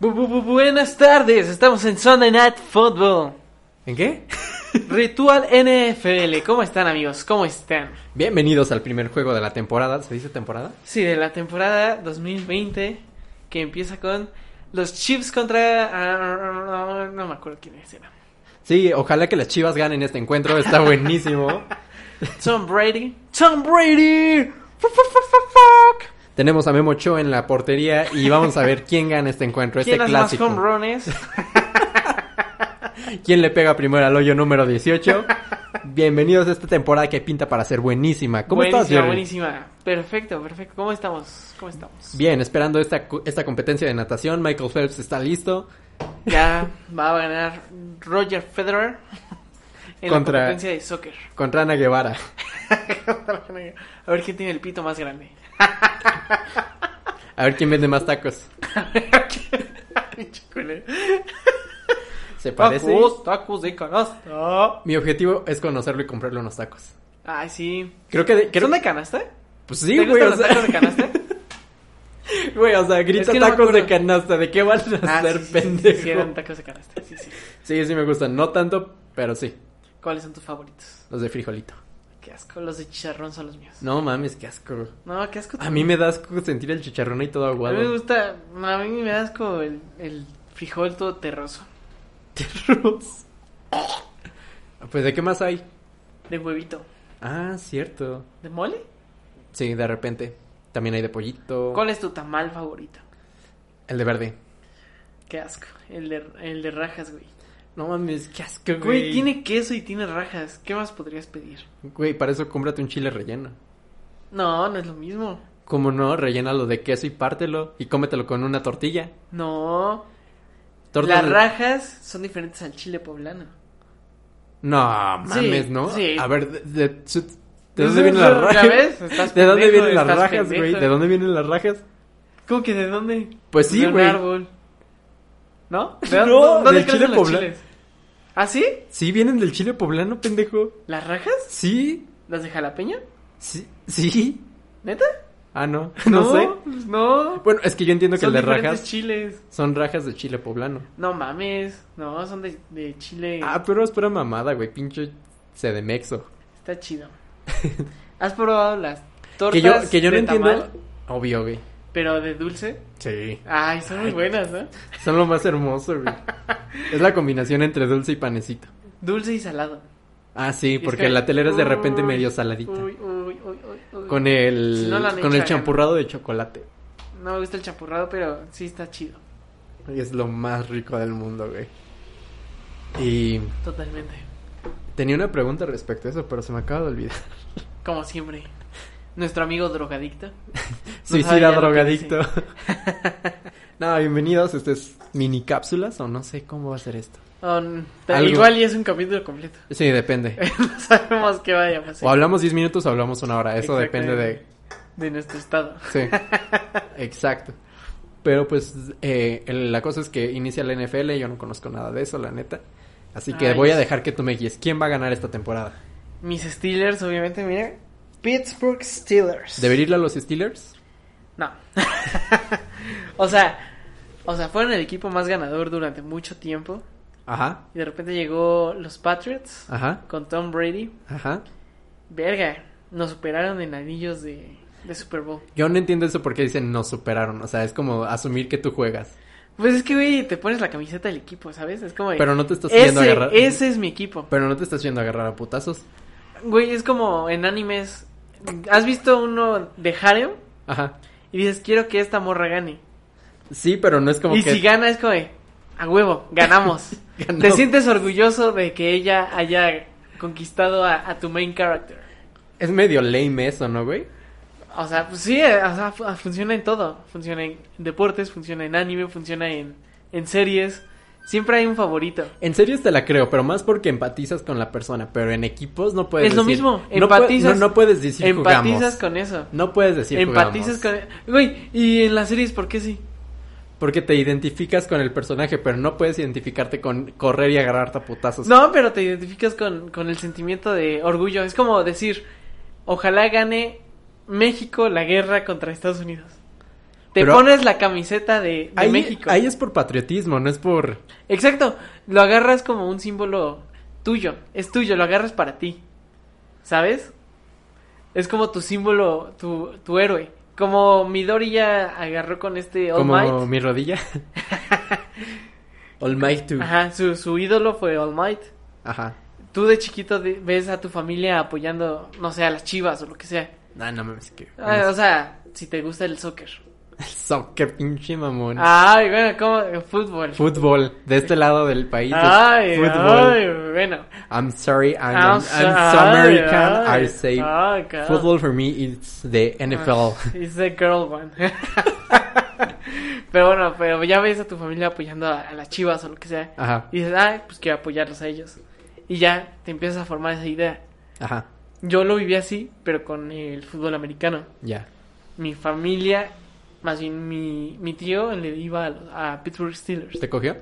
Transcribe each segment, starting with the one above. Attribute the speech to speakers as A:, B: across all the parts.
A: Bu- bu- bu- buenas tardes, estamos en Sunday Night Football.
B: ¿En qué?
A: Ritual NFL, ¿cómo están amigos? ¿Cómo están?
B: Bienvenidos al primer juego de la temporada. ¿Se dice temporada?
A: Sí, de la temporada 2020 que empieza con los Chiefs contra... ah, No me acuerdo quiénes eran.
B: Sí, ojalá que las chivas ganen este encuentro. Está buenísimo.
A: Tom Brady. Tom Brady. Fu- fu- fu- fu- fuck.
B: Tenemos a Memo Cho en la portería y vamos a ver quién gana este encuentro, este
A: ¿Quién hace más home
B: clásico.
A: runs?
B: ¿Quién le pega primero al hoyo número 18? Bienvenidos a esta temporada que pinta para ser buenísima. ¿Cómo
A: buenísima,
B: estás, Jerry?
A: buenísima. Perfecto, perfecto. ¿Cómo estamos? ¿Cómo estamos?
B: Bien, esperando esta, cu- esta competencia de natación. Michael Phelps está listo.
A: Ya va a ganar Roger Federer en
B: Contra-
A: la competencia de soccer.
B: Contra Ana Guevara.
A: A ver quién tiene el pito más grande.
B: A ver quién vende más tacos.
A: Chicole.
B: ¿Se parece?
A: tacos, tacos de canasta.
B: Mi objetivo es conocerlo y comprarle unos tacos.
A: Ay, sí.
B: Creo que... de- creo-
A: ¿Son de canasta?
B: Pues sí,
A: ¿Te
B: güey.
A: gustan
B: o
A: los
B: sea-
A: tacos de canasta?
B: Güey, o sea, grita
A: Es que no me
B: tacos de
A: acuerdo.
B: canasta, ¿de qué van a
A: Ah, sí, sí,
B: hacer,
A: sí, sí,
B: pendejo?
A: sí, eran tacos de canasta. Sí, sí.
B: Sí, sí me gustan, no tanto, pero sí,
A: ¿Cuáles son tus favoritos?
B: los de frijolito.
A: Qué asco, los de chicharrón son los míos.
B: No mames, qué asco.
A: No, qué asco.
B: A mí me da asco sentir el chicharrón ahí todo
A: A mí me
B: aguado.
A: gusta, a mí me da asco el, el frijol todo terroso.
B: Pues, ¿de qué más hay?
A: De huevito.
B: Ah, cierto.
A: ¿De mole?
B: Sí, de repente. También hay de pollito.
A: ¿Cuál es tu tamal favorito?
B: El de verde.
A: Qué asco. El de, el de rajas, güey.
B: No mames, qué asco, güey.
A: Güey, tiene queso y tiene rajas. ¿Qué más podrías pedir?
B: Güey, para eso cómprate un chile relleno.
A: No, no es lo mismo.
B: Como no, rellénalo de queso y pártelo y cómetelo con una tortilla.
A: No.
B: Torta
A: Las
B: de-
A: rajas son diferentes al chile poblano.
B: No, mames,
A: Sí,
B: ¿no?
A: sí.
B: A ver, de, de- su- ¿de dónde vienen las
A: ¿Ya
B: rajas?
A: ves? Estás
B: ¿De dónde
A: pendejo,
B: vienen las
A: estás
B: rajas, güey?
A: pendejo.
B: ¿De dónde vienen las rajas?
A: ¿Cómo que de dónde?
B: Pues sí,
A: De un
B: güey.
A: árbol. ¿No? ¿De
B: No,
A: dónde- dónde
B: del
A: crecen
B: chile
A: los
B: poblano.
A: chiles? ¿Ah, sí?
B: Sí, vienen del chile poblano, pendejo.
A: ¿Las rajas?
B: Sí,
A: ¿Las de jalapeño?
B: sí, sí.
A: ¿Neta?
B: Ah, no, no, sé.
A: pues No.
B: Bueno, es que yo entiendo que
A: Son
B: las
A: diferentes
B: rajas
A: chiles.
B: son rajas de chile poblano.
A: No mames. No, son de, de chile.
B: Ah, pero es pura mamada, güey, pinche sedemexo.
A: Está chido. ¿Has probado las tortas
B: Que yo, que yo no
A: de
B: entiendo.
A: tamal,
B: Obvio, güey.
A: pero de dulce?
B: Sí.
A: Ay, son muy buenas, ¿no?
B: Son lo más hermoso, güey. es la combinación entre dulce y panecito.
A: Dulce y salado.
B: Ah, sí,
A: Y es
B: porque
A: que-
B: la telera es de repente
A: uy,
B: medio saladita.
A: Uy, uy, uy, uy, uy.
B: Con el
A: Si no la han
B: con
A: hecho,
B: el champurrado de chocolate.
A: No me gusta el champurrado, pero sí está chido.
B: Es lo más rico del mundo, güey. Y
A: Totalmente.
B: tenía una pregunta respecto a eso, pero se me acaba de olvidar.
A: Como siempre. Nuestro amigo drogadicto.
B: Sí, sí,
A: sabe
B: era
A: ya lo que
B: drogadicto. no, bienvenidos. Este es mini cápsulas o no sé cómo va a ser esto.
A: Oh, n-
B: Algo.
A: igual y es un capítulo completo.
B: Sí, depende.
A: no sabemos qué vaya a
B: O
A: pasar.
B: hablamos 10 minutos o hablamos una hora. Eso depende de...
A: De nuestro estado.
B: Sí, exacto. Pero pues eh, el- la cosa es que inicia la NFL, yo no conozco nada de eso, la neta. Así que
A: Ay,
B: voy a
A: sí.
B: dejar que tú me guíes. ¿Quién va a ganar esta temporada?
A: Mis Steelers, obviamente, mira. Pittsburgh Steelers.
B: ¿Debería irle a los Steelers?
A: No. o sea, o sea, fueron el equipo más ganador durante mucho tiempo.
B: Ajá,
A: Y de repente llegó los Patriots
B: ajá,
A: con Tom Brady.
B: ajá.
A: Verga, nos superaron en anillos de, de Super Bowl.
B: Yo no entiendo eso porque dicen nos superaron. O sea, es como asumir que tú juegas.
A: Pues es que, güey, te pones la camiseta del equipo, ¿sabes? Es como... de,
B: Pero no te estás yendo a
A: ese,
B: agarrar.
A: ese es mi equipo.
B: Pero no te estás yendo a agarrar a putazos.
A: Güey, es como en animes... ¿Has visto uno de Harem?
B: Ajá.
A: Y dices, quiero que esta morra gane.
B: Sí, pero no es como
A: Y
B: que.
A: si gana es como, de, a huevo, ganamos.
B: Ganó.
A: Te sientes orgulloso de que ella haya conquistado a, a tu main character.
B: Es medio lame eso, ¿no, güey?
A: O sea, pues sí, o sea, fu- funciona en todo. Funciona en deportes, funciona en anime, funciona en, en series. Siempre hay un favorito.
B: En series te la creo, pero más porque empatizas con la persona, pero en equipos no puedes
A: Es lo
B: decir-
A: mismo,
B: no, pue-
A: empatizas-
B: no, no puedes decir
A: Empatizas
B: jugamos.
A: con eso.
B: No puedes decir
A: Empatizas
B: jugamos.
A: con... e-, Güey, y en las series, ¿por qué sí?
B: Porque te identificas con el personaje, pero no puedes identificarte con correr y agarrarte a putazos.
A: No, pero te identificas con, con el sentimiento de orgullo. Es como decir, ojalá gane México la guerra contra Estados Unidos. Te
B: Pero-
A: pones la camiseta de, de
B: ahí,
A: México.
B: ahí es por patriotismo, no es por...
A: Exacto, lo agarras como un símbolo tuyo, es tuyo, lo agarras para ti, ¿sabes? Es como tu símbolo, tu, tu héroe. Como Midori ya agarró con este All
B: como
A: Might.
B: mi rodilla. All Might too. Ajá.
A: Ajá, su, su ídolo fue All Might. Tú de chiquito de- ves a tu familia apoyando, no sé, a las chivas o lo que sea.
B: No, no mames, que...
A: Ah, o sea, si te gusta el soccer.
B: Soccer, pinche mamón.
A: Ay, bueno, como fútbol.
B: Fútbol, de este lado del país. es
A: Ay,
B: fútbol.
A: ay, bueno.
B: I'm sorry, I'm,
A: I'm
B: I'm,
A: so-
B: so
A: ay,
B: American,
A: ay,
B: I say
A: ay, God.
B: football for me it's the NFL.
A: Ah, It's the girl one. pero bueno, pero ya ves a tu familia apoyando a, a las chivas o lo que sea.
B: Ajá,
A: Y dices, ay, pues quiero apoyarlos a ellos. Y ya te empiezas a formar esa idea.
B: ajá,
A: Yo lo viví así, pero con el fútbol americano.
B: ya.
A: Mi familia, más bien mi, mi tío, le iba a, los- a Pittsburgh Steelers.
B: ¿Te cogió?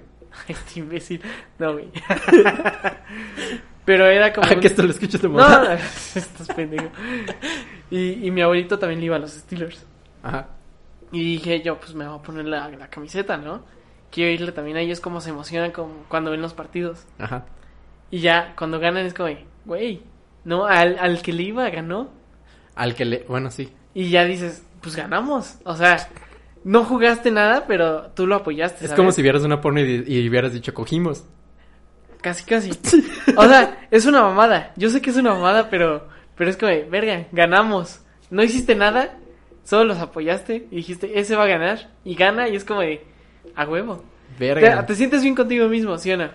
A: Este imbécil. No, güey. pero era como.
B: Ah,
A: un-
B: que esto lo escuchas de
A: No,
B: moda.
A: estás pendejo. Y, y mi abuelito también le iba a los Steelers.
B: Ajá,
A: Y dije yo, pues me voy a poner la, la camiseta, ¿no? Quiero irle también a ellos como se emocionan como cuando ven los partidos.
B: ajá.
A: Y ya, cuando ganan es como, güey, no, al, al que le iba ganó.
B: Al que le, bueno, sí.
A: Y ya dices, pues ganamos. O sea, no jugaste nada, pero tú lo apoyaste.
B: Es
A: ¿sabes?
B: como si vieras una porno y, y hubieras dicho cogimos.
A: Casi, casi. O sea, es una mamada. Yo sé que es una mamada, pero, pero es como, verga, ganamos. No hiciste nada, solo los apoyaste y dijiste, ese va a ganar. Y gana y es como de, a huevo.
B: Verga.
A: Te, te sientes bien contigo mismo, ¿sí o no?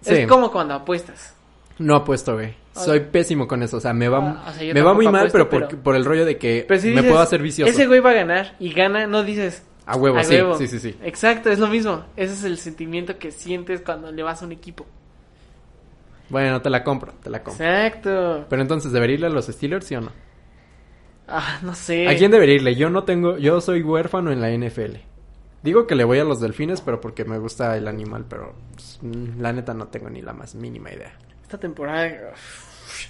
B: Sí.
A: Es como cuando apuestas.
B: No apuesto, güey.
A: Ah.
B: Soy pésimo con eso, o sea, me va,
A: Ah, o sea, yo
B: me va
A: tampoco
B: muy mal,
A: apuesto,
B: pero, por,
A: pero-
B: por el rollo de que
A: Pero si
B: me
A: dices,
B: puedo hacer vicioso.
A: Ese güey va a ganar y gana, no dices.
B: A huevo,
A: "A
B: sí,
A: huevo".
B: sí, sí, sí.
A: Exacto, es lo mismo. Ese es el sentimiento que sientes cuando le vas a un equipo.
B: Bueno, te la compro, te la compro.
A: Exacto.
B: Pero entonces, ¿debería irle a los Steelers, sí o no?
A: Ah, no sé.
B: ¿A quién debería irle? Yo no tengo, yo soy huérfano en la NFL. Digo que le voy a los delfines, pero porque me gusta el animal, pero pues, mm, la neta no tengo ni la más mínima idea.
A: Esta temporada. uf.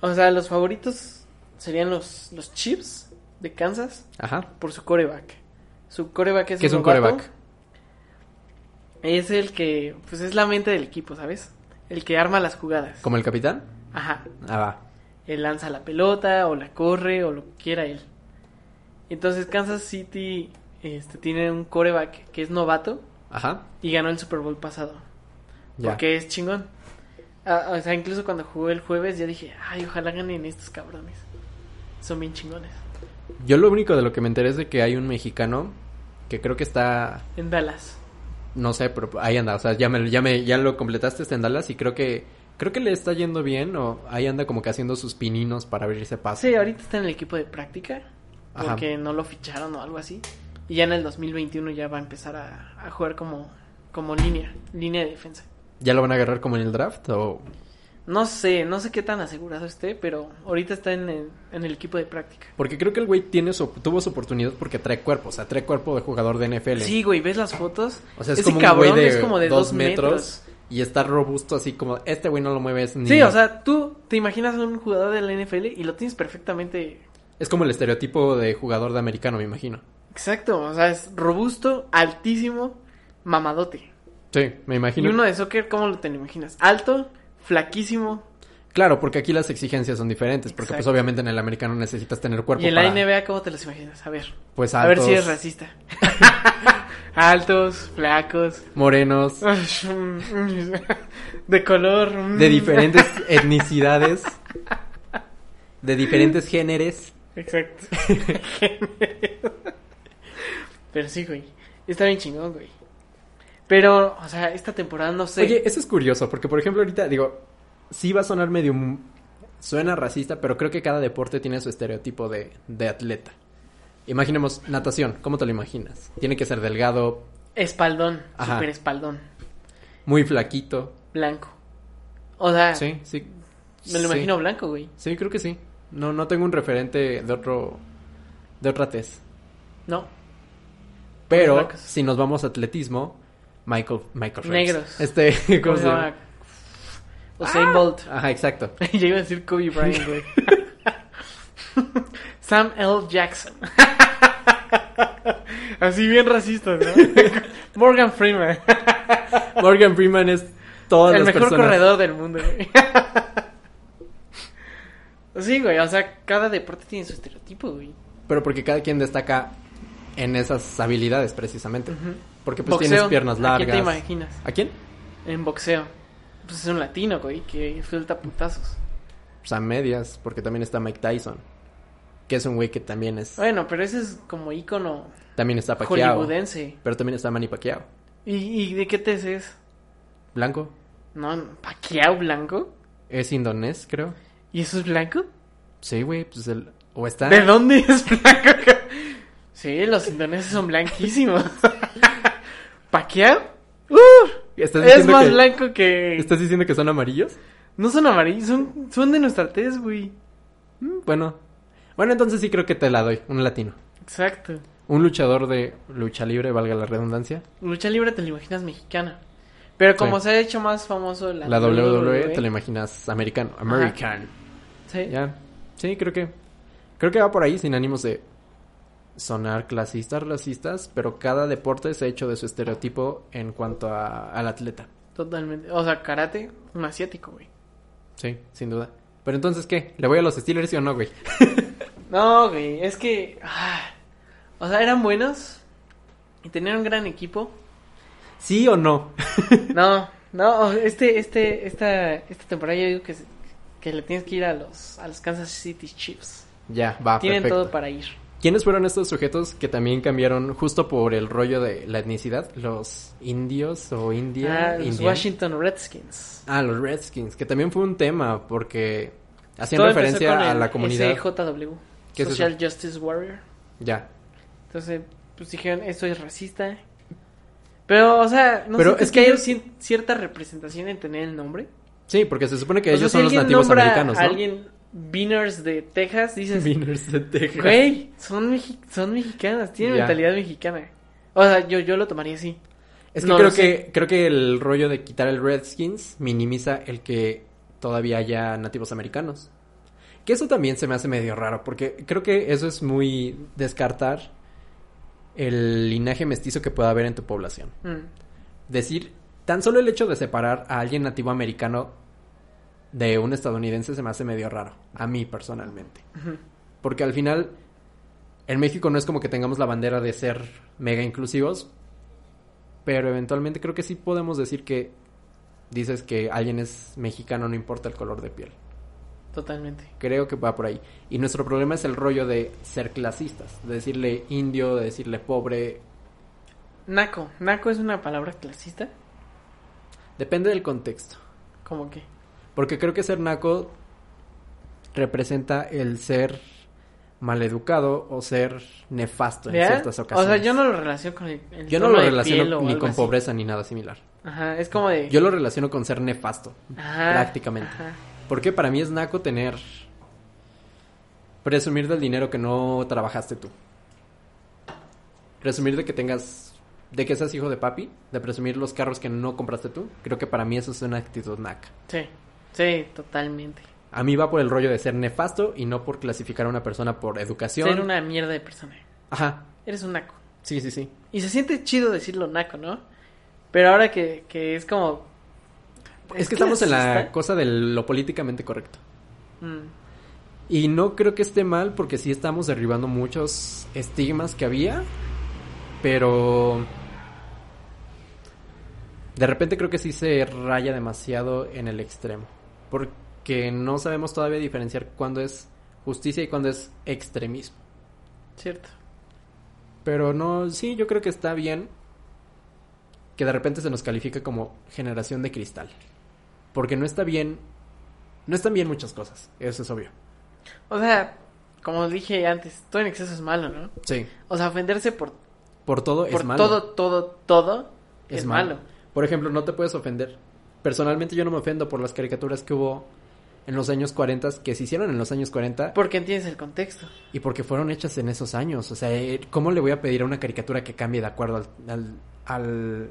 A: O sea, los favoritos serían los, los Chips de Kansas
B: Ajá.
A: por su coreback. Su coreback es
B: ¿Qué es un
A: novato.
B: coreback?
A: Es el que, pues es la mente del equipo, ¿sabes? El que arma las jugadas.
B: ¿Como el capitán?
A: Ajá.
B: Ah, va.
A: Él lanza la pelota o la corre o lo que quiera él. Entonces Kansas City este, tiene un coreback que es novato
B: Ajá.
A: y ganó el Super Bowl pasado.
B: Ya.
A: Porque es chingón. Ah, o sea, incluso cuando jugué el jueves ya dije, ay, ojalá ganen estos cabrones. Son bien chingones.
B: Yo lo único de lo que me enteré es de que hay un mexicano que creo que está,
A: En Dallas.
B: no sé, pero ahí anda, o sea, ya me, ya me, ya lo completaste, está en Dallas y creo que, creo que le está yendo bien o ahí anda como que haciendo sus pininos para abrirse paso.
A: Sí, ahorita está en el equipo de práctica.
B: Ajá.
A: Porque no lo ficharon o algo así. Y ya en el 2021 ya va a empezar a, a jugar como, como línea, línea de defensa.
B: ¿Ya lo van a agarrar como en el draft o...?
A: No sé, no sé qué tan asegurado esté, pero ahorita está en el, en el equipo de práctica.
B: Porque creo que el güey tiene su, tuvo su oportunidad porque trae cuerpo, o sea, trae cuerpo de jugador de NFL.
A: Sí, güey, ¿ves las fotos?
B: O sea, es
A: Ese
B: como un
A: cabrón
B: güey de,
A: es como de
B: dos,
A: dos
B: metros,
A: metros.
B: y está robusto así como este güey no lo mueves ni
A: Sí, o sea, tú te imaginas a un jugador de la NFL y lo tienes perfectamente
B: es como el estereotipo de jugador de americano, me imagino.
A: exacto, o sea, es robusto, altísimo, mamadote.
B: Sí, me
A: Y
B: imagino.
A: uno de soccer, ¿cómo lo te lo imaginas? Alto, flaquísimo.
B: Claro, porque aquí las exigencias son diferentes, porque pues
A: Exacto.
B: obviamente en el americano necesitas tener cuerpo
A: Y en
B: para,
A: la NBA, ¿cómo te los imaginas? A ver,
B: pues
A: a ver si
B: altos,
A: eres racista. Altos, flacos,
B: morenos,
A: de color. mm.
B: de diferentes etnicidades, de diferentes géneros.
A: Exacto. Pero sí, güey. Está bien chingón, güey. Pero, o sea, esta temporada no sé.
B: Oye, eso es curioso, porque por ejemplo ahorita digo, sí va a sonar medio m- Suena racista, pero creo que cada deporte tiene su estereotipo de, de atleta. Imaginemos natación, ¿cómo te lo imaginas? Tiene que ser delgado,
A: Espaldón,
B: Ajá.
A: super espaldón,
B: muy flaquito.
A: blanco. O sea,
B: Sí, sí.
A: Ah. me lo
B: Sí.
A: imagino blanco, güey.
B: Sí, creo que sí. No, no tengo un referente de otro, de otra tez.
A: No, Los
B: Pero
A: blancos.
B: si nos vamos a atletismo, Michael, Michael Phelps.
A: Negros.
B: Este,
A: ¿cómo se llama?
B: Ah.
A: Usain Bolt.
B: Ajá, exacto.
A: Yo iba a decir Kobe Bryant, güey. Sam L. Jackson. Así bien racista, ¿no? Morgan Freeman.
B: Morgan Freeman es todas
A: el
B: las
A: mejor
B: personas.
A: corredor del mundo, güey. Sí, güey, o sea, cada deporte tiene su estereotipo, güey.
B: Pero porque cada quien destaca en esas habilidades precisamente. Porque pues
A: Boxeo,
B: tienes piernas
A: ¿a quién
B: largas.
A: te imaginas?
B: ¿A quién?
A: En boxeo. Pues es un latino, güey, que suelta putazos.
B: Pues a medias, porque también está Mike Tyson. Que es un güey que también es...
A: Bueno, ¿eh? pero ese es como ícono
B: También está Pacquiao.
A: hollywoodense.
B: Pero también está Manny Pacquiao.
A: ¿Y, y de qué te es?
B: Blanco.
A: No, no, Pacquiao blanco.
B: Es indonés, creo.
A: ¿Y eso es blanco?
B: Sí, güey, pues el... O está...
A: ¿De dónde es blanco? sí, los indoneses son blanquísimos. ¿Pacquiao? ¡Uh!
B: ¿Estás
A: es
B: diciendo
A: más
B: que- este-
A: blanco que...
B: ¿Estás diciendo que son amarillos?
A: No son amarillos, son, son de nuestra tez, güey.
B: Mm, Bueno. Bueno, entonces sí creo que te la doy. Un latino.
A: Exacto.
B: Un luchador de lucha libre, valga la redundancia.
A: Lucha libre te la imaginas mexicana. Pero como
B: Sí.
A: se ha hecho más famoso la, E.
B: La WWE, te la imaginas americano. American.
A: Sí.
B: Ya. Sí, creo que. Creo que va por ahí sin ánimos de sonar clasistas, racistas, pero cada deporte se ha hecho de su estereotipo en cuanto a- al atleta.
A: Totalmente. O sea, karate, un asiático, güey.
B: Sí, sin duda. Pero entonces, ¿qué? ¿Le voy a los Steelers sí o no, güey?
A: No, güey, es que. ah, o sea, eran buenos. Y tenían un gran equipo.
B: ¿Sí o no?
A: No, no, este, este, esta, esta temporada yo digo que, que le tienes que ir a los, a los Kansas City Chiefs.
B: ya, va,
A: Tienen
B: Ah, perfecto.
A: todo para ir.
B: ¿Quiénes fueron estos sujetos que también cambiaron justo por el rollo de la etnicidad? ¿Los indios o india?
A: Ah, los
B: indian?
A: Washington Redskins.
B: Ah, los Redskins, que también fue un tema porque hacían
A: Todo empezó con
B: referencia a
A: el
B: la comunidad.
A: SJW,
B: ¿Qué es
A: Social Justice Warrior.
B: Ya.
A: Entonces, pues dijeron, esto es racista. Pero, o sea, no
B: Pero
A: sé,
B: es
A: es que
B: que
A: hay
B: yo-
A: cien- cierta representación en tener el nombre.
B: Sí, porque se supone que
A: O sea,
B: ellos
A: si
B: son los
A: alguien
B: nativos
A: nombra
B: americanos,
A: a
B: ¿no?
A: alguien Beaners de Texas, dices,
B: Miners de Texas.
A: güey, son, mexi- son mexicanas, tienen
B: Ya.
A: mentalidad mexicana. O sea, yo, yo lo tomaría así.
B: Es que
A: No
B: creo
A: lo
B: que creo que el rollo de quitar el Redskins minimiza el que todavía haya nativos americanos. Que eso también se me hace medio raro, porque creo que eso es muy descartar el linaje mestizo que pueda haber en tu población.
A: Mm.
B: Decir, tan solo el hecho de separar a alguien nativo americano de un estadounidense se me hace medio raro, a mí personalmente.
A: Ujú.
B: Porque al final, en México no es como que tengamos la bandera de ser mega inclusivos, pero eventualmente creo que sí podemos decir que dices que alguien es mexicano, no importa el color de piel.
A: Totalmente.
B: Creo que va por ahí. Y nuestro problema es el rollo de ser clasistas, de decirle indio, de decirle pobre.
A: Naco. Naco es una palabra clasista.
B: Depende del contexto.
A: Como que.
B: Porque creo que ser naco representa el ser maleducado o ser nefasto en
A: ¿Vea?
B: ciertas
A: O
B: ocasiones.
A: sea, yo no lo relaciono con el. el
B: Yo no
A: tono
B: lo
A: de piel
B: relaciono
A: o
B: ni
A: algo
B: con
A: así.
B: pobreza ni nada similar.
A: Ajá, es como de.
B: Yo lo relaciono con ser nefasto,
A: Ajá,
B: prácticamente.
A: ajá.
B: Porque para mí es naco tener... Presumir del dinero que no trabajaste tú. Presumir de que tengas... De que seas hijo de papi, de presumir los carros que no compraste tú. Creo que para mí eso es una actitud naca.
A: Sí, sí, totalmente.
B: A mí va por el rollo de ser nefasto y no por clasificar a una persona por educación.
A: Ser una mierda de persona.
B: Ajá,
A: Eres un naco.
B: sí, sí, sí.
A: Y se siente chido decirlo naco, ¿no? Pero ahora que, que es como.
B: Es, que estamos en la
A: clasista?
B: cosa de lo políticamente correcto.
A: Mm,
B: Y no creo que esté mal porque sí estamos derribando muchos estigmas que había, pero de repente creo que sí se raya demasiado en el extremo, porque no sabemos todavía diferenciar cuándo es justicia y cuándo es extremismo.
A: cierto.
B: Pero no, sí, yo creo que está bien que de repente se nos califica como generación de cristal. Porque no está bien No están bien muchas cosas, eso es obvio.
A: O sea, como dije antes, todo en exceso es malo, ¿no?
B: Sí.
A: O sea, ofenderse por,
B: Por todo
A: por
B: es malo.
A: todo, todo, todo es, malo.
B: Por ejemplo, no te puedes ofender. Personalmente yo no me ofendo por las caricaturas que hubo en los años 40, que se hicieron en los años 40
A: Porque entiendes el contexto.
B: y porque fueron hechas en esos años. O sea, eh, ¿cómo le voy a pedir a una caricatura que cambie de acuerdo al, al, al-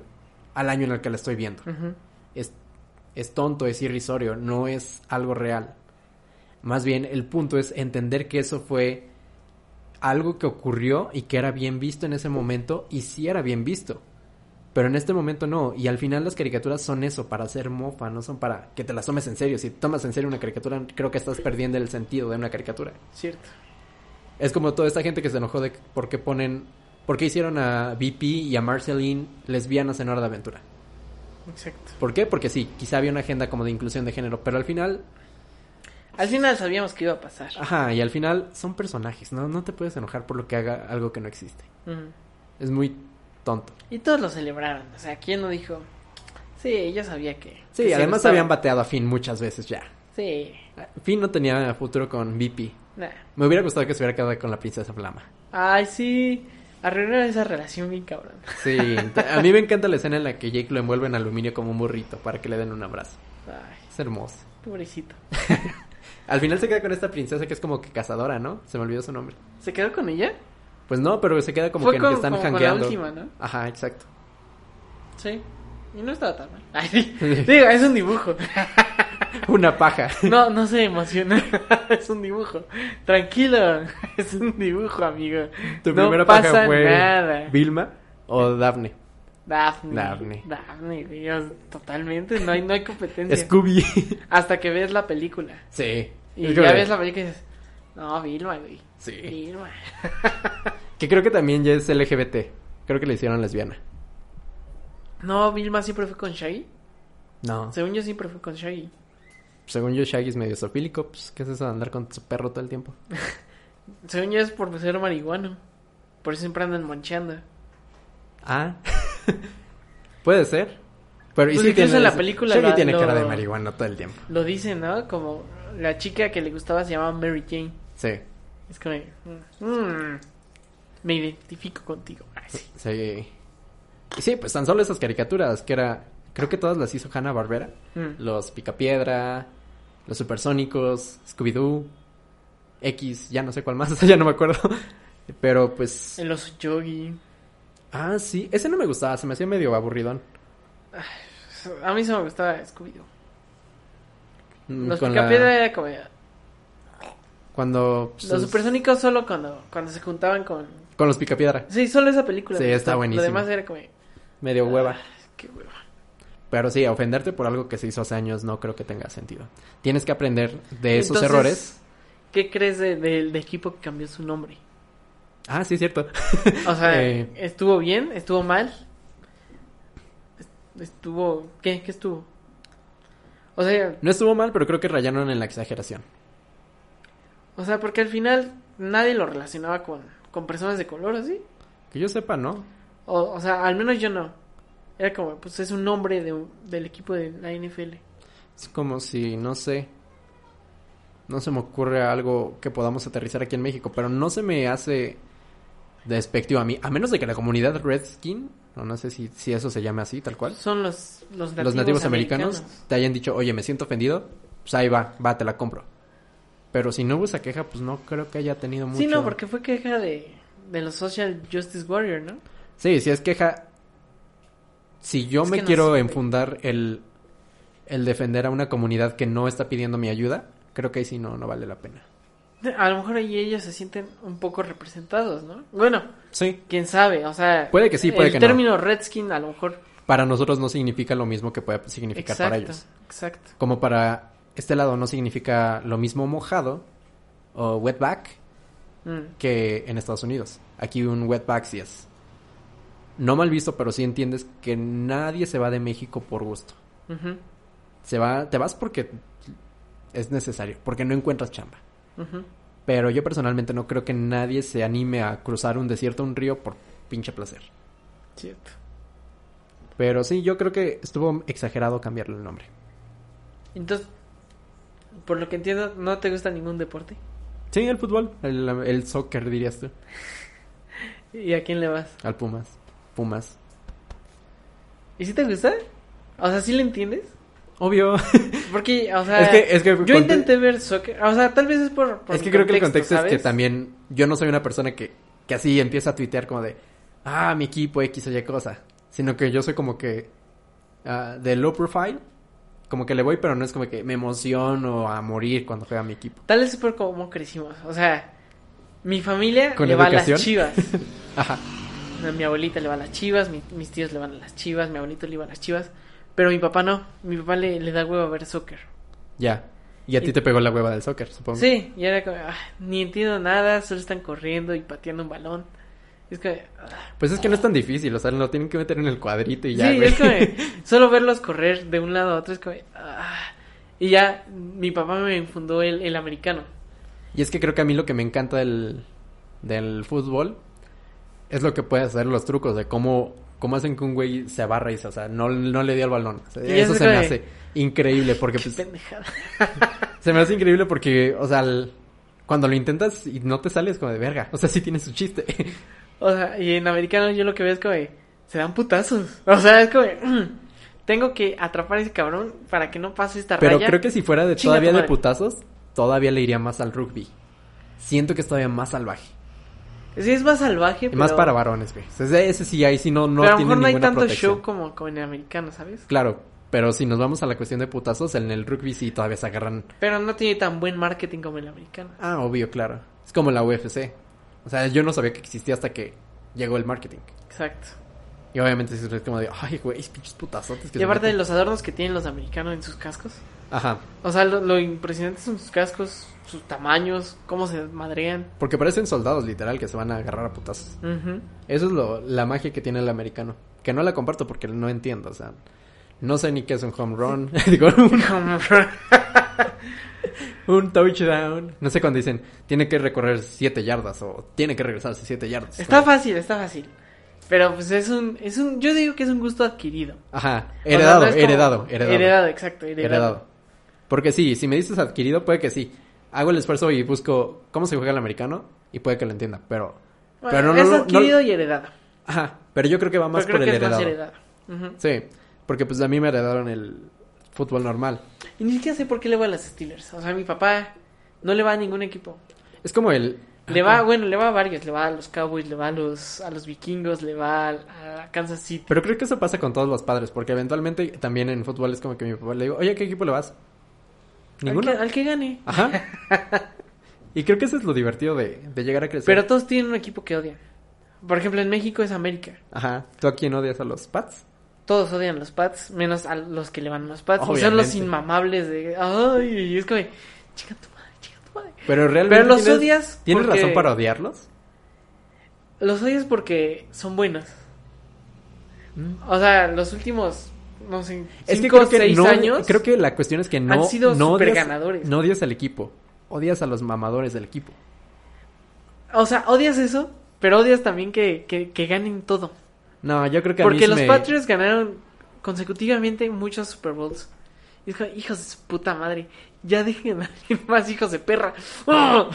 B: al año en el que la estoy viendo?
A: Ujú.
B: Es, es tonto, es irrisorio, no es algo real. Más bien, el punto es entender que eso fue algo que ocurrió y que era bien visto en ese momento y sí era bien visto. Pero en este momento no. Y al final las caricaturas son eso, para hacer mofa, no son para que te las tomes en serio. Si tomas en serio una caricatura, creo que estás perdiendo el sentido de una caricatura.
A: Cierto.
B: Es como toda esta gente que se enojó de que- por qué ponen, por qué hicieron a BP y a Marceline lesbianas en Hora de Aventura.
A: Exacto.
B: ¿Por qué? Porque sí, quizá había una agenda como de inclusión de género, pero al final,
A: Al final sabíamos que iba a pasar.
B: ajá, y al final son personajes, ¿no? No te puedes enojar por lo que haga algo que no existe.
A: Ujú.
B: Es muy tonto.
A: Y todos lo celebraron. O sea, ¿quién no dijo? Sí, yo sabía que.
B: Sí,
A: que se
B: además
A: gustaba".
B: habían bateado a Finn muchas veces ya.
A: Sí,
B: Finn no tenía futuro con BP.
A: nada.
B: Me hubiera gustado que se hubiera quedado con la princesa Flama.
A: Ay, sí. Arruinar esa relación bien cabrón.
B: Sí, a mí me encanta la escena en la que Jake lo envuelve en aluminio como un burrito para que le den un abrazo.
A: Ay,
B: Es hermoso.
A: pobrecito.
B: Al final se queda con esta princesa que es como que cazadora, ¿no? Se me olvidó su nombre.
A: ¿Se quedó con ella?
B: Pues no, pero se queda como
A: Fue
B: que, en
A: con-
B: que están
A: como con la
B: jangueando.
A: última, ¿no?
B: Ajá, exacto.
A: Sí. Y no estaba tan mal. Ay, sí. Digo, es un dibujo.
B: Una paja.
A: No, no se emociona. Es un dibujo. Tranquilo. Es un dibujo, amigo.
B: ¿Tu
A: no
B: primera
A: pasa
B: paja fue
A: nada.
B: Vilma o Daphne?
A: Dafne.
B: Daphne.
A: Dafne. Dios, totalmente. No hay, no hay competencia.
B: Scooby.
A: Hasta que ves la película.
B: sí.
A: Y
B: Es
A: ya
B: como-
A: ves la película y dices, no, Vilma, güey.
B: Sí.
A: Vilma.
B: Que creo que también ya es LGBT. Creo que le hicieron lesbiana.
A: No, Vilma siempre fue con Shaggy.
B: No.
A: Según yo siempre fue con Shaggy.
B: Según yo, Shaggy es medio sofílico. Pues, ¿qué es eso de andar con su perro todo el tiempo?
A: Según yo es por ser marihuano. Por eso siempre andan manchando.
B: Ah. Puede ser. Pero, ¿y
A: Pues
B: si
A: incluso
B: tiene
A: en la
B: eso?
A: película
B: Shaggy
A: lo-
B: tiene
A: lo-
B: cara de marihuana todo el tiempo.
A: Lo dicen, ¿no? Como la chica que le gustaba se llamaba Mary Jane.
B: Sí.
A: Es como, "Mm, me identifico contigo. Ay, sí.
B: Sí. Y Sí, pues tan solo esas caricaturas que era. Creo que todas las hizo Hanna Barbera.
A: Mm.
B: Los Picapiedra, Los Supersónicos, Scooby-Doo, X, ya no sé cuál más, ya no me acuerdo. Pero pues.
A: El oso yogi.
B: Ah, sí, ese no me gustaba, se me hacía medio aburridón.
A: A mí se me gustaba Scooby-Doo.
B: Mm,
A: Los
B: con la-
A: Picapiedra era como... Los
B: Cuando. pues, sus-
A: supersónicos solo cuando, cuando se juntaban con...
B: Con los Picapiedra,
A: Sí, solo esa película.
B: Sí,
A: me
B: está
A: gustó.
B: buenísimo.
A: Lo demás era como...
B: medio hueva.
A: "Ah, qué hueva.
B: Pero sí, ofenderte por algo que se hizo hace años no creo que tenga sentido. Tienes que aprender de esos
A: Entonces,
B: errores.
A: ¿Qué crees de- del de equipo que cambió su nombre?
B: Ah, sí, es cierto.
A: O sea,
B: Eh.
A: ¿estuvo bien? ¿Estuvo mal? ¿Estuvo... ¿Qué? ¿Qué estuvo? O sea,
B: No estuvo mal, pero creo que rayaron en la exageración.
A: o sea, porque al final nadie lo relacionaba con, con personas de color, ¿así?
B: Que yo sepa, ¿no?
A: O, o sea, al menos yo no. Era como, pues es un nombre de un- del equipo de la NFL.
B: Es como si, no sé. No se me ocurre algo que podamos aterrizar aquí en México, pero no se me hace despectivo a mí, a menos de que la comunidad Redskin, o no sé si, si eso se llame así, tal cual,
A: Son los, los nativos,
B: los nativos americanos,
A: americanos.
B: te hayan dicho, oye, me siento ofendido, pues ahí va, va, te la compro. Pero si no hubo esa queja, pues no creo que haya tenido mucho.
A: Sí, no, porque fue queja de, de los Social Justice Warrior, ¿no?
B: Sí, si es queja. Si yo
A: Es
B: me
A: que no
B: quiero
A: sé.
B: enfundar el, el defender a una comunidad que no está pidiendo mi ayuda, creo que ahí sí no, no vale la pena.
A: A lo mejor ahí ellos se sienten un poco representados, ¿no? Bueno,
B: Sí,
A: quién sabe, o sea...
B: Puede que sí, puede
A: el
B: que no.
A: término Redskin a lo mejor...
B: para nosotros no significa lo mismo que pueda significar
A: Exacto,
B: para ellos.
A: exacto.
B: Como para este lado no significa lo mismo mojado o wetback
A: Mm,
B: que en Estados Unidos. Aquí un wetback sí es. No mal visto, pero sí entiendes que nadie se va de México por gusto.
A: ujú,
B: Se va, te vas porque es necesario, porque no encuentras chamba.
A: ujú.
B: Pero yo personalmente no creo que nadie se anime a cruzar un desierto, un río por pinche placer.
A: Cierto.
B: Pero sí, yo creo que estuvo exagerado cambiarle el nombre.
A: Entonces, Por lo que entiendo, no te gusta ningún deporte.
B: Sí, el fútbol, el, el soccer dirías tú,
A: ¿Y a quién le vas?
B: al Pumas. Pumas.
A: ¿Y si te gusta? O sea, ¿sí le entiendes?
B: Obvio.
A: Porque, o sea,
B: Es que- es que
A: yo
B: conte-
A: intenté ver soccer. O sea, tal vez es por. por
B: es que creo que el contexto
A: ¿sabes?
B: es que también yo no soy una persona que, que así empieza a tuitear como de, ah, mi equipo X o Y cosa, sino que yo soy como que ah, de low profile, como que le voy, pero no es como que me emociono a morir cuando juega mi equipo.
A: Tal vez es por cómo crecimos. O sea, mi familia
B: ¿Con
A: le va a
B: educación?
A: las chivas.
B: Ajá.
A: O sea, mi abuelita le va a las chivas, mi- mis tíos le van a las chivas, mi abuelito le iba a las chivas. Pero mi papá no. Mi papá le, le da huevo a ver soccer.
B: Ya. Y a ti te pegó la hueva del soccer, supongo.
A: Sí, y era como, "Ah, ni entiendo nada, solo están corriendo y pateando un balón. Es que.
B: Pues es que no es tan difícil, o sea, lo tienen que meter en el cuadrito y ya.
A: sí,
B: güey.
A: es como solo verlos correr de un lado a otro es como ah. y ya mi papá me infundó el, el americano.
B: Y es que creo que a mí lo que me encanta del, del fútbol es lo que puede hacer los trucos de cómo, cómo hacen que un güey se abarra y se, o sea, no, no le dio el balón. O sea,
A: Y
B: eso
A: es
B: se me
A: de-
B: hace increíble porque
A: Qué
B: pues,
A: pendejada.
B: se me hace increíble porque, o sea, el- cuando lo intentas y no te sales como de verga, o sea, sí tiene su chiste.
A: O sea, y en americano yo lo que veo es como se dan putazos. O sea, es como "Mm, tengo que atrapar a ese cabrón para que no pase esta
B: Pero
A: raya.
B: creo que si fuera de
A: Chinga
B: todavía
A: tu
B: de
A: madre.
B: putazos, todavía le iría más al rugby. Siento que es todavía más salvaje.
A: sí es más salvaje,
B: Y
A: pero,
B: más para varones, güey. O sea, ese sí, ahí sí no, no
A: pero a lo
B: tiene
A: mejor no hay
B: ninguna
A: tanto
B: protección.
A: show como, como en el americano, ¿sabes?
B: Claro, pero si nos vamos a la cuestión de putazos, en el rugby sí todavía se agarran.
A: Pero no tiene tan buen marketing como en el americano.
B: Ah, obvio, claro. Es como la UFC. O sea, yo no sabía que existía hasta que llegó el marketing.
A: Exacto.
B: Y obviamente sí es como de, ay, güey, pinches putazotes. que
A: Y
B: se
A: aparte de
B: meten".
A: los adornos que tienen los americanos en sus cascos.
B: Ajá.
A: O sea, lo, lo impresionante son sus cascos, sus tamaños, cómo se madrean.
B: Porque parecen soldados, literal, que se van a agarrar a putazos.
A: Ujú.
B: Eso es lo, la magia que tiene el americano. Que no la comparto porque no entiendo, o sea. No sé ni qué es un home run. Digo, un,
A: Como-
B: un touchdown. No sé cuando dicen, tiene que recorrer siete yardas o tiene que regresarse siete yardas.
A: está fácil, está fácil. Pero pues es un, es un, yo digo que es un gusto adquirido.
B: Ajá,
A: O sea,
B: heredado,
A: no es como-
B: heredado, heredado, heredado,
A: Heredado, exacto, heredado.
B: Porque sí, si me dices adquirido, puede que sí. Hago el esfuerzo y busco cómo se juega el americano y puede que lo entienda, pero...
A: Bueno,
B: pero no,
A: es
B: no- no-
A: adquirido y heredado.
B: Ajá, pero yo creo que va más
A: pero creo
B: por
A: que
B: el
A: es más
B: heredado.
A: heredado. Ujú.
B: Sí, porque pues a mí me heredaron el fútbol normal.
A: Y ni siquiera sé por qué le voy a las Steelers. O sea, mi papá no le va a ningún equipo.
B: Es como el...
A: Le va, bueno, le va a varios. Le va a los Cowboys, le va a los, a los vikingos, le va a, a Kansas City.
B: Pero creo que eso pasa con todos los padres, porque eventualmente también en fútbol es como que mi papá le digo, oye, ¿a qué equipo le vas?
A: Al que,
B: Ninguno.
A: al que gane.
B: Ajá. y creo que eso es lo divertido de, de llegar a crecer.
A: Pero todos tienen un equipo que odian. Por ejemplo, en México es América.
B: Ajá. ¿Tú a quién odias a los Pats?
A: Todos odian los Pats, menos a los que le van a los Pats. Y son los
B: Obviamente.
A: inmamables de. Ay, y es como. de, Chica tu madre, chica tu madre.
B: Pero realmente.
A: Pero los
B: tienes-
A: odias
B: ¿Tienes
A: porque-
B: razón para odiarlos?
A: Los odias porque son buenos. O sea, los últimos. No sé.
B: Mm. Es que
A: cinco,
B: creo que
A: seis
B: no.
A: años.
B: Creo que la cuestión es que no.
A: han sido
B: no odias,
A: superganadores.
B: No odias al equipo. Odias a los mamadores del equipo.
A: O sea, odias eso, pero odias también que, que, que ganen todo.
B: No, yo creo que a mí
A: Porque
B: sí
A: los
B: me-
A: Patriots ganaron consecutivamente muchos Super Bowls. Y es como, hijos de su puta madre. Ya dejen a alguien más, hijos de perra. ¡Ugh!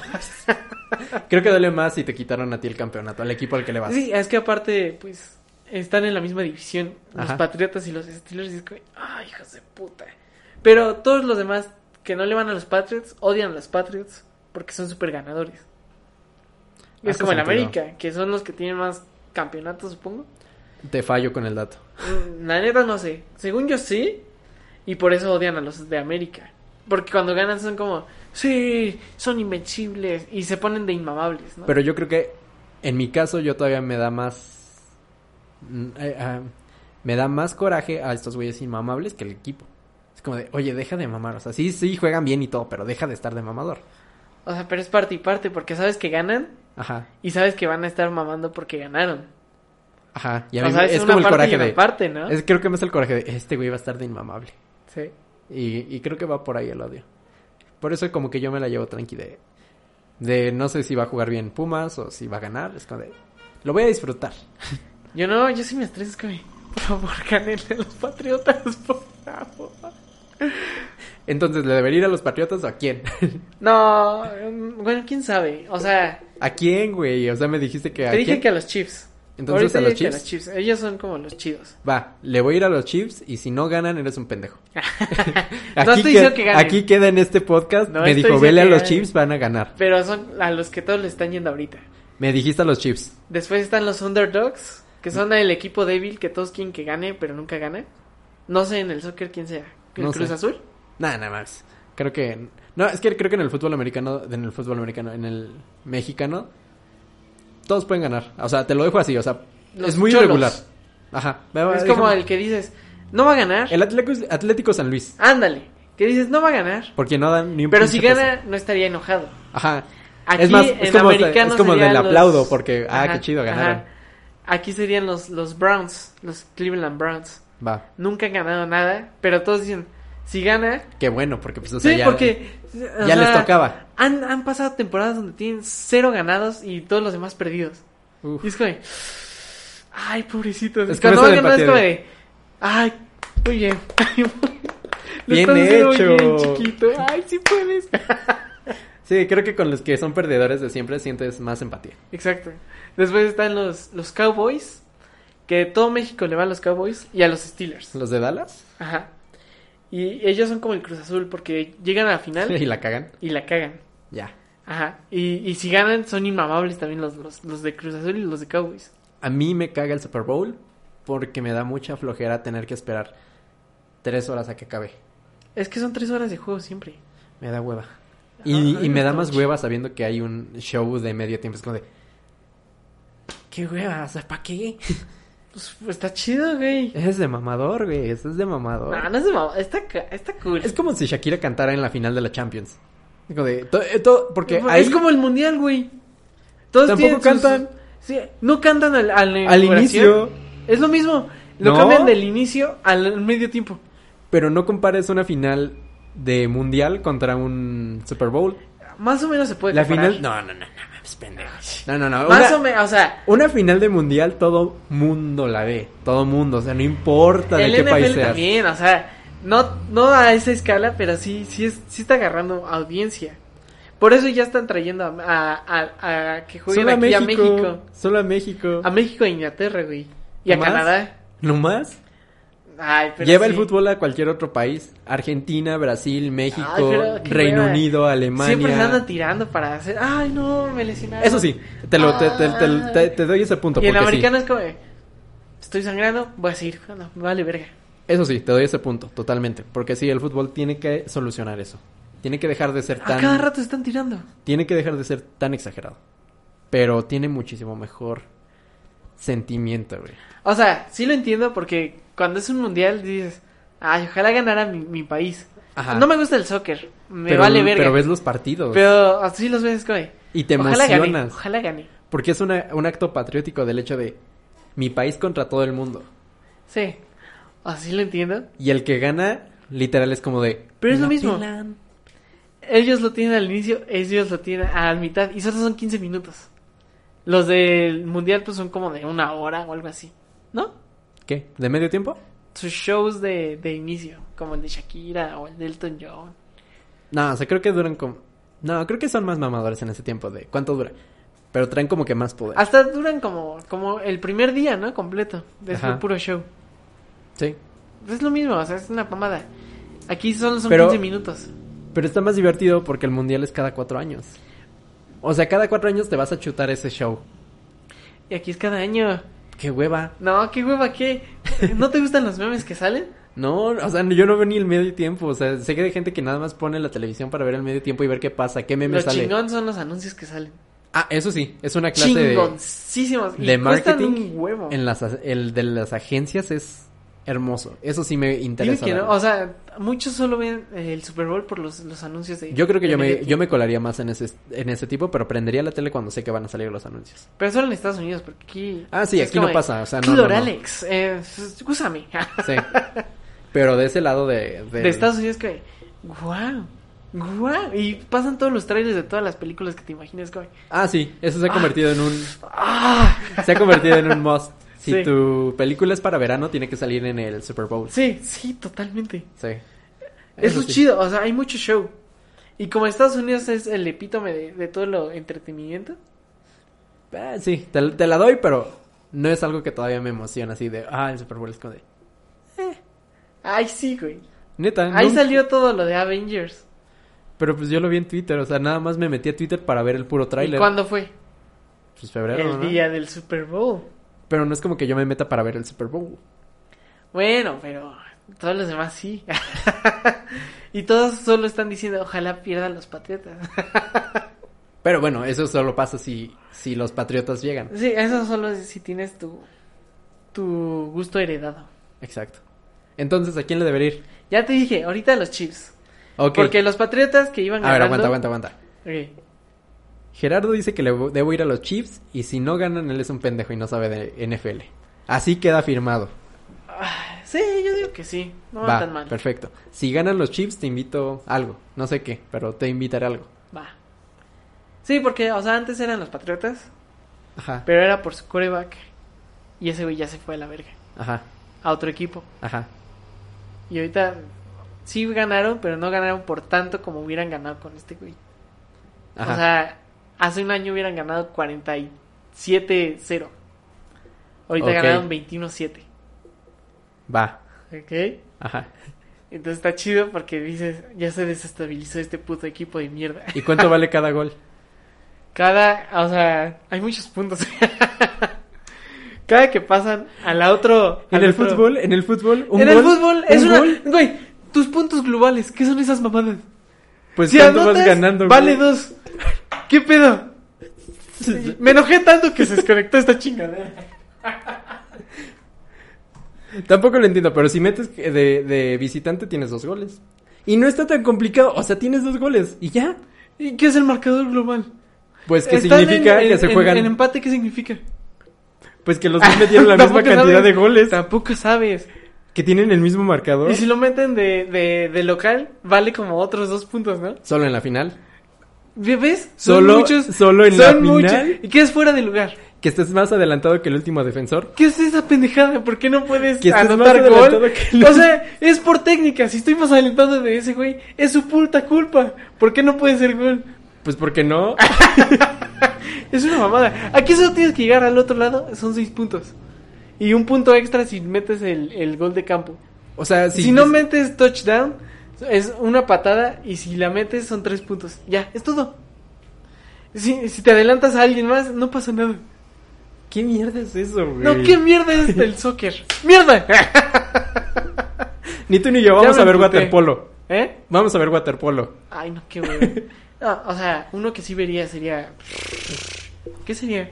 B: Creo que duele más si te quitaron a ti el campeonato, al equipo al que le vas.
A: Sí, es que aparte, pues, están en la misma división, los
B: Ajá.
A: Patriotas y los Steelers, y es como, ay, hijos de puta. Pero todos los demás que no le van a los Patriots, odian a los Patriots, porque son súper ganadores. Y es
B: Ah, Hace
A: como en
B: sentido.
A: América, que son los que tienen más campeonatos, supongo.
B: Te fallo con el dato.
A: Mm, La neta no sé, según yo sí, y por eso odian a los de América. Porque cuando ganan son como, sí, son invencibles, y se ponen de inmamables, ¿no?
B: Pero yo creo que en mi caso yo todavía me da más... mm, eh, ah, me da más coraje a estos güeyes inmamables que el equipo. Es como de, oye, deja de mamar. O sea, sí, sí, juegan bien y todo, pero deja de estar de mamador.
A: O sea, pero es parte y parte, porque sabes que ganan,
B: Ajá,
A: Y sabes que van a estar mamando porque ganaron.
B: ajá. Y a
A: o
B: mí
A: sea, es,
B: es,
A: una
B: como el
A: parte y
B: coraje
A: una
B: de...
A: parte, ¿no?
B: es- creo que más el coraje de, este güey va a estar de inmamable.
A: Sí.
B: Y, y creo que va por ahí el odio. Por eso como que yo me la llevo tranqui de... De no sé si va a jugar bien Pumas o si va a ganar. Es como de... Lo voy a disfrutar.
A: Yo no, yo sí me estreso, es que me- por favor, ganenle a los patriotas, por favor.
B: Entonces, ¿le debería ir a los Patriotas o a quién?
A: No, mm, bueno, quién sabe. O sea,
B: ¿A quién, güey? O sea, me dijiste que a
A: te dije
B: quién.
A: que a los Chiefs.
B: Entonces,
A: Ahorita
B: ¿a los
A: dije que
B: Chiefs?
A: Ellos son como los chidos.
B: Va, le voy a ir a los Chiefs y si no ganan eres un pendejo.
A: No estoy
B: queda,
A: diciendo que ganen.
B: aquí queda en este podcast.
A: No
B: me
A: estoy
B: dijo,
A: diciendo
B: vele a
A: que
B: los
A: ganen".
B: Chiefs, van a ganar.
A: Pero son a los que todos le están yendo ahorita.
B: Me dijiste a los Chiefs.
A: Después están los Underdogs, que son el equipo débil que todos quieren que gane, pero nunca gana. No sé en el soccer quién sea. ¿El
B: No
A: Cruz
B: sé.
A: Azul?
B: Nada, nada más. Creo que... No, es que creo que en el fútbol americano, en el fútbol americano, en el mexicano, todos pueden ganar. O sea, te lo dejo así, o sea,
A: Los
B: es muy
A: cholos.
B: irregular. Ajá. Va, va,
A: es como
B: Ah, déjame-
A: el que dices, no va a ganar.
B: el Atlético, Atlético San Luis.
A: Ándale. Que dices, no va a ganar.
B: Porque no dan ni un
A: Pero
B: pinche
A: si
B: peso.
A: gana, no estaría enojado.
B: Ajá.
A: Aquí
B: es más,
A: en
B: es como,
A: americano
B: es como
A: serían
B: del
A: los-
B: aplaudo, porque, ah,
A: Ajá,
B: qué chido,
A: ajá.
B: ganaron.
A: Aquí serían los, los Browns, los Cleveland Browns.
B: Va.
A: Nunca han ganado nada, pero todos dicen, si gana...
B: Qué bueno, porque pues o sea,
A: sí,
B: ya,
A: porque... o
B: ya les
A: sea,
B: tocaba.
A: Han, han pasado temporadas donde tienen cero ganados y todos los demás perdidos.
B: Uf.
A: Y es como... de, Ay, pobrecitos.
B: Es
A: Es
B: que
A: Cuando
B: no
A: van
B: es el
A: ganando es como
B: empate
A: de... Ay, muy bien. Lo
B: Bien
A: estás haciendo
B: hecho.
A: Muy bien, chiquito. Ay, sí puedes.
B: Sí, creo que con los que son perdedores de siempre sientes más empatía.
A: Exacto. Después están los, los Cowboys, que todo México le va a los Cowboys y a los Steelers.
B: ¿Los de Dallas?
A: Ajá. Y ellos son como el Cruz Azul porque llegan a la final
B: y la cagan.
A: y la cagan.
B: Ya.
A: Ajá. Y, y si ganan son inmamables también los, los, los de Cruz Azul y los de Cowboys.
B: A mí me caga el Super Bowl porque me da mucha flojera tener que esperar tres horas a que acabe.
A: Es que son tres horas de juego siempre.
B: Me da hueva.
A: Ah,
B: Y, y me da más
A: ouch.
B: hueva sabiendo que hay un show de medio tiempo. Es como de... ¿Qué hueva? O sea, ¿para qué?
A: Pues, pues, está chido, güey.
B: Es de mamador, güey. Eso es de mamador.
A: No, no es de mamá. Está, ca- está cool.
B: Es
A: Es,
B: como si Shakira cantara en la final de la Champions. Digo, de, to- eh, to- porque ahí,
A: es como el mundial, güey. Todos
B: Tampoco
A: tienen sus-
B: cantan.
A: sí, no cantan al, al,
B: al inicio,
A: Es lo mismo. Lo
B: ¿No?
A: cambian del inicio al medio tiempo.
B: pero no compares una final de mundial contra un Super Bowl.
A: Más o menos se puede
B: La
A: comparar.
B: final, no, no, no, no, es pendejo. No, no, no.
A: Más
B: una,
A: o menos, o sea,
B: una final de mundial todo mundo la ve, todo mundo, o sea, no importa de
A: el
B: qué
A: NFL
B: país seas.
A: también, o sea, no, no a esa escala, pero sí, sí, es, sí está agarrando audiencia. Por eso ya están trayendo a, a- a- a que jueguen
B: Solo a
A: aquí
B: México,
A: a México.
B: solo a México.
A: A México e Inglaterra, güey. Y a
B: ¿Nomás?
A: Canadá.
B: ¿No más?
A: Ay, pero
B: Lleva
A: sí.
B: el fútbol a cualquier otro país, Argentina, Brasil, México,
A: Ay, pero qué
B: Reino
A: hueva.
B: Unido, Alemania.
A: Siempre se andan tirando para hacer. Ay, no, me lesionaron.
B: Eso sí, te, lo, te, te- te- te- te doy ese punto.
A: Ah. Y en
B: porque sí.
A: americano es como, de, estoy sangrando, voy a seguir jugando, me vale verga.
B: Eso sí, te doy ese punto, totalmente. Porque sí, el fútbol tiene que solucionar eso. Tiene que dejar de ser
A: A cada
B: tan.
A: rato están tirando.
B: Tiene que dejar de ser tan exagerado. Pero tiene muchísimo mejor sentimiento, güey.
A: O sea, sí lo entiendo porque cuando es un mundial dices, ay, ojalá ganara mi, mi país.
B: Ajá.
A: No me gusta el soccer, me
B: Pero-
A: vale verga.
B: Pero ves los partidos.
A: Pero así los ves, como, de,
B: Y te
A: ojalá gane,
B: emocionas.
A: ojalá gane.
B: Porque es una- un acto patriótico del hecho de mi país contra todo el mundo.
A: Sí, así lo entiendo.
B: Y el que gana, literal, es como de.
A: Pero es
B: "Me
A: lo
B: la
A: mismo.
B: pelan".
A: Ellos lo tienen al inicio, ellos lo tienen a la mitad y solo son 15 minutos. Los del mundial pues son como de una hora o algo así, ¿no?
B: ¿Qué? ¿De medio tiempo?
A: Sus shows de, de inicio, como el de Shakira o el de Elton John.
B: No, o sea, creo que duran como. No, creo que son más mamadores en ese tiempo de cuánto dura. Pero traen como que más poder.
A: Hasta duran como, como el primer día, ¿no? Completo. Es
B: Ajá.
A: un puro show.
B: Sí.
A: Es lo mismo, o sea, es una pomada. Aquí solo son
B: Pero-
A: 15 minutos.
B: Pero está más divertido porque el mundial es cada cuatro años. O sea, cada cuatro años te vas a chutar ese show.
A: Y aquí es cada año.
B: ¡Qué hueva!
A: No, qué hueva, qué. ¿No te gustan los memes que salen?
B: No, o sea, yo no veo ni el medio tiempo. O sea, sé que hay gente que nada más pone la televisión para ver el medio tiempo y ver qué pasa, qué meme
A: Los
B: sale.
A: chingón son los anuncios que salen.
B: Ah, eso sí, es una clase de,
A: Chingoncísimos. Y
B: de
A: cuestan
B: marketing.
A: un huevo.
B: En las, a- el de las agencias es hermoso. Eso sí me
A: Dime
B: interesa.
A: que no,
B: verlo.
A: o sea, muchos solo ven eh, el Super Bowl por los, los anuncios de...
B: Yo creo que
A: de
B: yo me,
A: medio
B: yo me
A: tiempo.
B: colaría más en ese, en ese tipo, pero prendería la tele cuando sé que van a salir los anuncios.
A: Pero solo en Estados Unidos, porque aquí...
B: Ah, sí,
A: es
B: aquí no
A: como de,
B: pasa, o sea, no, no, no.
A: Cloralex, eh, s- úsame.
B: Sí. Pero de ese lado de... del-
A: de Estados Unidos que guau guau y pasan todos los trailers de todas las películas que te imaginas como
B: Ah, sí, eso se ha convertido en un...
A: ah
B: Se ha convertido en un must. Si
A: Sí.
B: tu película es para verano, tiene que salir en el Super Bowl.
A: sí sí totalmente
B: Sí.
A: Eso,
B: Eso
A: es
B: sí.
A: chido, o sea, hay mucho show. Y como Estados Unidos es el epítome de, de todo lo entretenimiento,
B: Eh, sí, te, te la doy, pero no es algo que todavía me emociona así de, ah, el Super Bowl es como de...
A: ay, sí, güey.
B: Neta,
A: Ahí
B: no-
A: salió todo lo de Avengers.
B: pero pues yo lo vi en Twitter, o sea, nada más me metí a Twitter para ver el puro
A: ¿Y
B: tráiler.
A: cuándo fue?
B: Pues febrero,
A: el
B: ¿no?
A: día del Super Bowl.
B: Pero no es como que yo me meta para ver el Super Bowl.
A: Bueno, pero todos los demás sí. y todos solo están diciendo, ojalá pierdan los patriotas.
B: Pero bueno, eso solo pasa si, si los Patriotas llegan.
A: sí, eso solo es si tienes tu, tu gusto heredado.
B: Exacto. Entonces, ¿a quién le debería ir?
A: Ya te dije, ahorita los Chiefs.
B: Ok.
A: Porque los patriotas que iban
B: A ver,
A: ganando...
B: aguanta, aguanta, aguanta.
A: Ok.
B: Gerardo dice que le vo- debo ir a los Chiefs y si no ganan, él es un pendejo y no sabe de NFL. Así queda firmado.
A: Ah, Sí, yo digo que sí. No va,
B: Va,
A: tan mal.
B: perfecto. Si ganan los Chiefs, te invito algo. No sé qué, pero te invitaré algo.
A: Va. Sí, porque, o sea, antes eran los patriotas,
B: Ajá,
A: pero era por su coreback. Y ese güey ya se fue a la verga.
B: ajá,
A: A otro equipo.
B: ajá.
A: Y ahorita sí ganaron, pero no ganaron por tanto como hubieran ganado con este güey.
B: ajá.
A: O sea, hace un año hubieran ganado 47-0. Ahorita
B: Ok.
A: ganaron 21-7.
B: Va,
A: ¿Ok?
B: ajá.
A: Entonces está chido porque dices, ya se desestabilizó este puto equipo de mierda.
B: ¿Y cuánto vale cada gol?
A: Cada, o sea, hay muchos puntos. Cada que pasan a la otro.
B: En
A: al
B: el
A: otro-
B: fútbol, en el fútbol, un
A: En el
B: gol,
A: fútbol es
B: un
A: una.
B: gol,
A: Güey, tus puntos globales, ¿qué son esas mamadas?
B: pues
A: Si
B: ¿cuánto
A: anotas,
B: vas ganando,
A: vale
B: güey?
A: dos. ¿Qué pedo? Me enojé tanto que se desconectó esta chingadera.
B: Tampoco lo entiendo, pero si metes que de, de visitante tienes dos goles. Y no está tan complicado, o sea, tienes dos goles y ya.
A: ¿Y qué es el marcador global?
B: Pues que
A: Están
B: significa
A: en-
B: que
A: en-
B: se
A: en-
B: juegan,
A: En empate, ¿qué significa?
B: pues que los dos metieron la misma
A: Tampoco
B: cantidad
A: sabes.
B: de goles,
A: Tampoco sabes.
B: que tienen el mismo marcador.
A: Y si lo meten de, de, de local, vale como otros dos puntos, ¿no?
B: Solo en la final,
A: ¿Ves?
B: Solo- solo en la final.
A: ¿Y qué es fuera de lugar?
B: que estés más adelantado que el último defensor.
A: ¿Qué es esa pendejada? ¿Por qué no puedes
B: Que estés más
A: anotar
B: adelantado
A: gol?
B: que el-
A: O sea, es por técnica. Si estoy más adelantado de ese güey, es su puta culpa. ¿Por qué no puede ser gol?
B: Pues porque no,
A: Es una mamada. Aquí solo tienes que llegar al otro lado, son seis puntos. Y un punto extra si metes el, el gol de campo.
B: o sea, si,
A: si no metes touchdown, es una patada. Y si la metes, son tres puntos. Ya, es todo. Si, si te adelantas a alguien más, no pasa nada.
B: ¿Qué mierda es eso, güey?
A: No, ¿qué mierda es el soccer? ¡Mierda!
B: Ni tú ni yo,
A: Ya
B: vamos
A: me
B: a ver
A: emputé.
B: waterpolo.
A: ¿Eh?
B: Vamos a ver waterpolo.
A: Ay, no, qué bueno. No, o sea, uno que sí vería sería. ¿Qué sería?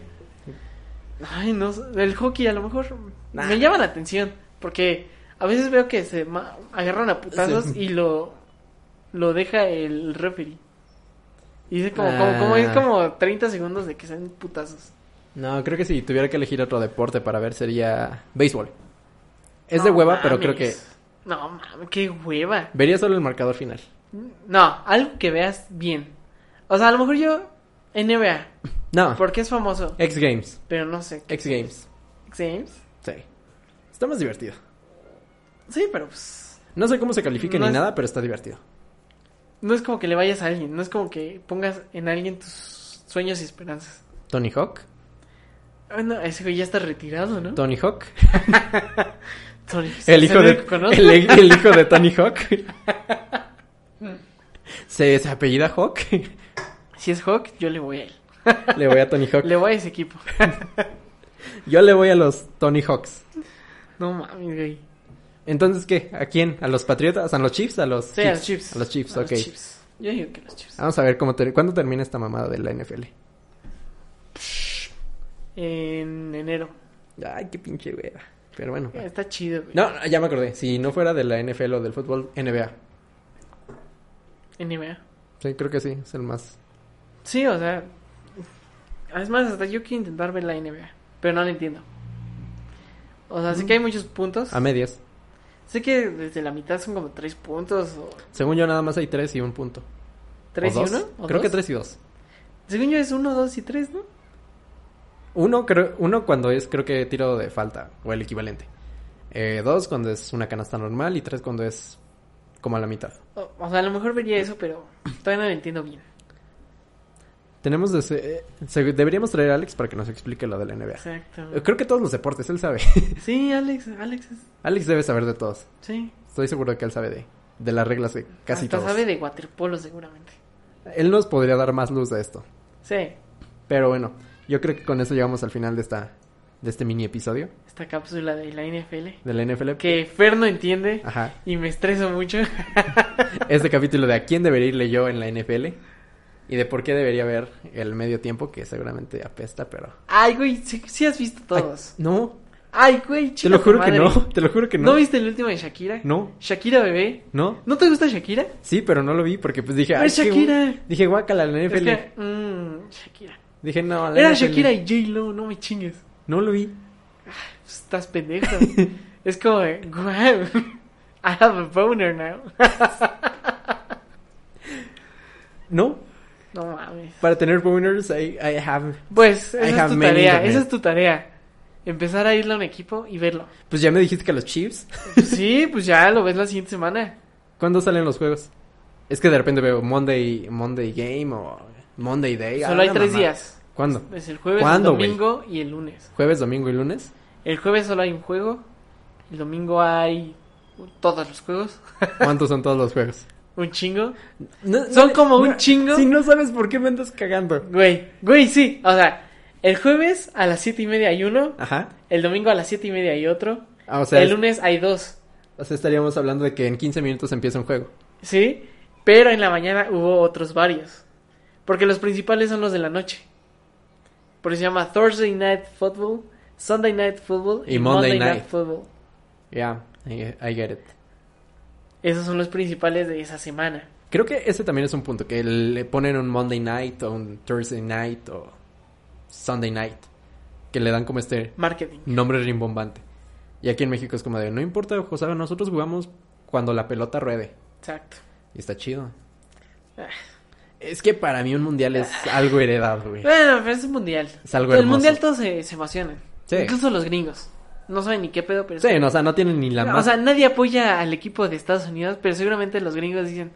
A: Ay, no, sé, el hockey a lo mejor
B: Nah.
A: me llama la atención. Porque a veces veo que se ma- agarran a putazos
B: Sí.
A: y lo, lo deja el referee. Y dice como,
B: Ah.
A: como, como es como 30 segundos de que sean putazos.
B: No, creo que si tuviera que elegir otro deporte para ver sería béisbol. Es de
A: No
B: hueva, pero creo que
A: mames. No mames, qué hueva.
B: vería solo el marcador final.
A: No, algo que veas bien. O sea, a lo mejor yo. NBA,
B: No,
A: porque es famoso.
B: X Games.
A: Pero no sé.
B: X Games.
A: ¿Exams?
B: Sí. Está más divertido.
A: Sí, pero pues.
B: No sé cómo se califica
A: No
B: ni
A: es-
B: nada, pero está divertido.
A: No es como que le vayas a alguien. No es como que pongas en alguien tus sueños y esperanzas.
B: Tony Hawk.
A: Ah, no, ese güey ya está retirado, ¿no?
B: Tony Hawk.
A: Tony, es
B: El hijo de,
A: único que conozco.
B: el, el hijo de Tony Hawk. ¿Se, se apellida Hawk?
A: Si es Hawk, yo le voy a él.
B: Le voy a Tony Hawk.
A: Le voy a ese equipo.
B: Yo le voy a los Tony Hawks.
A: No mames, güey.
B: Entonces, ¿qué? ¿A quién? ¿A los Patriotas? ¿A los Chiefs? ¿A los
A: Sí, a los Chiefs.
B: A los Chiefs, ok. Ah.
A: Chiefs. Yo digo que los Chiefs.
B: Vamos a ver cómo ter- cuándo termina esta mamada de la NFL.
A: En enero.
B: Ay, qué pinche wea. Pero bueno.
A: Está chido, güey.
B: No, ya me acordé. Si no fuera de la NFL o del fútbol, NBA.
A: NBA.
B: Sí, creo que sí, es el más.
A: Sí, o sea. Es más, hasta yo quiero intentar ver la NBA. Pero no la entiendo. O sea, sé que hay muchos puntos.
B: Mm. A medias.
A: Sé que desde la mitad son como tres puntos o
B: Según yo, nada más hay tres y un punto.
A: tres
B: ¿O
A: y
B: dos?
A: uno. ¿o
B: creo que
A: dos?
B: tres y dos.
A: Según yo es uno, dos y tres, ¿no?
B: Uno, creo, uno cuando es, creo que tiro de falta, o el equivalente. Eh, dos cuando es una canasta normal y tres cuando es como a la mitad.
A: O, o sea, a lo mejor vería eso, pero todavía no lo entiendo bien.
B: Tenemos dese- eh, se- deberíamos traer a Alex para que nos explique lo de la NBA.
A: Exacto.
B: Eh, Creo que todos los deportes, él sabe.
A: Sí, Alex, Alex, es-
B: Alex debe saber de todos.
A: sí.
B: Estoy seguro de que él sabe de, de las reglas de casi
A: Hasta
B: todos.
A: sabe de waterpolo seguramente.
B: Él nos podría dar más luz a esto.
A: Sí,
B: Pero bueno, yo creo que con eso llegamos al final de esta de este mini episodio
A: esta cápsula de la NFL.
B: de la NFL.
A: Que Fer no entiende
B: Ajá.
A: y me estreso mucho.
B: Este capítulo de a quién debería irle yo en la NFL y de por qué debería ver el medio tiempo que seguramente apesta, pero
A: Ay, güey, sí, sí has visto todos.
B: Ay, no,
A: Ay, güey,
B: te
A: chica
B: lo
A: tu
B: juro que
A: madre.
B: no, te lo juro que no.
A: ¿No viste el último de Shakira?
B: No.
A: Shakira bebé.
B: No,
A: ¿No te gusta Shakira?
B: sí, pero no lo vi porque pues dije,
A: Pero
B: "Ay, qué gu-".
A: Shakira.
B: dije, guácala la NFL.
A: Es que, mm, Shakira.
B: Dije, no, la
A: Era
B: NFL.
A: Shakira y J-Lo, no me chingues.
B: No lo vi.
A: Estás pendejo. es como, de, wow, I have a boner now.
B: No,
A: no mames.
B: para tener boners I, I have
A: Pues,
B: I
A: esa es
B: have
A: tu
B: many
A: tarea,
B: internet.
A: esa es tu tarea. Empezar a irle a un equipo y verlo.
B: Pues ya me dijiste que los Chiefs.
A: Sí, pues ya lo ves la siguiente semana.
B: ¿Cuándo salen los juegos? Es que de repente veo Monday, Monday Game o Monday Day.
A: Solo
B: ah,
A: hay
B: la
A: tres
B: mamá.
A: días.
B: ¿Cuándo?
A: Es el jueves, el
B: ¿Cuándo, güey?
A: domingo y el lunes.
B: ¿Jueves, domingo y lunes?
A: El jueves solo hay un juego. El domingo hay todos los juegos.
B: ¿Cuántos son todos los juegos?
A: un chingo.
B: No-
A: Son
B: no-
A: como
B: no-
A: un chingo.
B: Si no sabes por qué me andas cagando.
A: Güey, güey, sí. O sea, el jueves a las siete y media hay uno.
B: Ajá.
A: El domingo a las siete y media hay otro.
B: Ah, o, sea,
A: el
B: es-
A: lunes hay dos.
B: o sea, estaríamos hablando de que en 15 minutos empieza un juego.
A: ¿Sí? Pero en la mañana hubo otros varios. Porque los principales son los de la noche. Por eso se llama Thursday Night Football, Sunday Night Football
B: Y Monday Night.
A: Football.
B: Ya, I, I get it.
A: Esos son los principales de esa semana.
B: Creo que ese también es un punto, que le ponen un Monday Night o un Thursday Night o Sunday Night. Que le dan como este
A: Marketing.
B: nombre rimbombante. Y aquí en México es como de, no importa, o sea, nosotros jugamos cuando la pelota ruede.
A: Exacto.
B: Y está chido.
A: Ah.
B: Es que para mí un mundial es algo heredado, güey.
A: Bueno, pero es un mundial.
B: Es algo
A: el
B: hermoso.
A: mundial todos se, se emocionan.
B: Sí.
A: Incluso los gringos. No saben ni qué pedo, pero...
B: Sí, no, o sea, no tienen ni la
A: o
B: más...
A: sea, nadie apoya al equipo de Estados Unidos, pero seguramente los gringos dicen...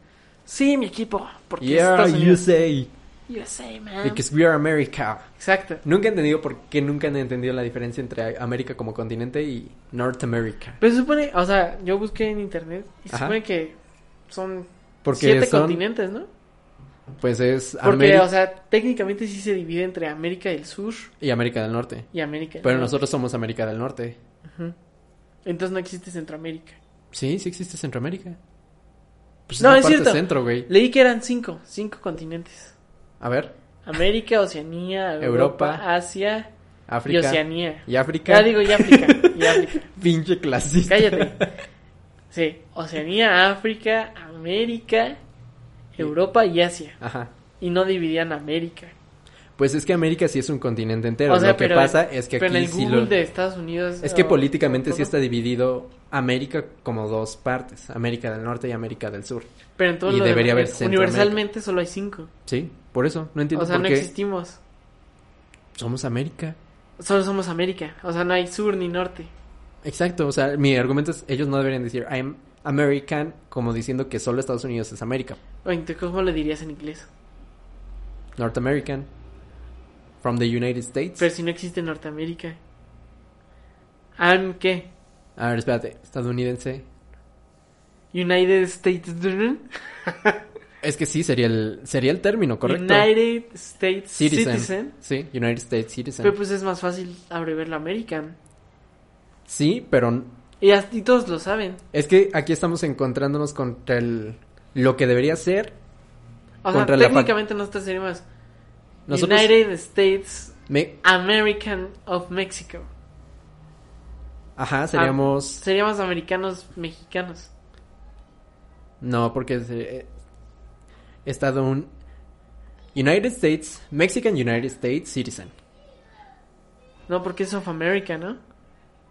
A: Sí, mi equipo, porque es
B: yeah,
A: Estados Unidos. Mm.
B: USA,
A: USA, man.
B: because we are America.
A: Exacto.
B: Nunca he entendido por qué nunca han entendido la diferencia entre América como continente y North America.
A: Pero se supone, o sea, yo busqué en internet y se
B: Ajá.
A: supone que son
B: Porque
A: siete
B: son,
A: continentes, ¿no?
B: pues es
A: Porque,
B: América
A: o sea, técnicamente sí se divide entre América del Sur
B: y América del Norte.
A: y América del
B: Pero
A: Norte.
B: nosotros somos América del Norte.
A: Entonces no existe Centroamérica.
B: Sí, sí existe Centroamérica. Pues
A: No,
B: una
A: es
B: parte
A: cierto.
B: centro, güey.
A: Leí que eran cinco, cinco continentes.
B: A ver,
A: América, Oceanía, Europa,
B: Europa,
A: Asia
B: África.
A: y Oceanía.
B: Y África.
A: Ya digo, y África, y África.
B: Pinche clasista.
A: Cállate. Sí, Oceanía, África, América, Europa y Asia.
B: Ajá.
A: Y no dividían América.
B: Pues es que América sí es un continente entero. Lo que
A: pero-
B: pasa es que
A: pero en
B: aquí
A: el
B: sí
A: Google
B: lo...
A: de Estados Unidos.
B: Es que
A: o-
B: políticamente
A: o
B: sí
A: todo.
B: está dividido América como dos partes. América del Norte y América del Sur.
A: Pero en todo
B: y
A: lo
B: debería haber
A: demás,
B: Centroamérica.
A: Universalmente solo hay cinco.
B: Sí, por eso. No entiendo
A: O sea,
B: por
A: no
B: qué
A: existimos.
B: somos América.
A: Solo somos América. O sea, no hay sur ni norte.
B: Exacto, o sea, mi argumento es, ellos no deberían decir I'm American como diciendo que solo Estados Unidos es América.
A: Oye, ¿tú ¿cómo le dirías en inglés?
B: North American. From the United States.
A: Pero si no existe Norteamérica. ¿Am qué?
B: A ver, espérate, estadounidense.
A: United States. Citizen.
B: Es que sí, sería el, sería el término, correcto.
A: United States
B: Citizen.
A: Citizen.
B: Sí, United States Citizen.
A: Pero pues es más fácil abreviarlo American.
B: sí, pero n-
A: Y, hasta- y todos lo saben.
B: es que aquí estamos encontrándonos contra el lo que debería ser.
A: O sea,
B: Contra la fac-
A: técnicamente nosotros seríamos
B: Nosotros
A: United States
B: me-
A: American of Mexico. Ah,
B: ajá, Ah, seríamos
A: Seríamos americanos mexicanos.
B: No, porque es, eh, estado un United States, Mexican United States citizen.
A: No, porque es of America, ¿no?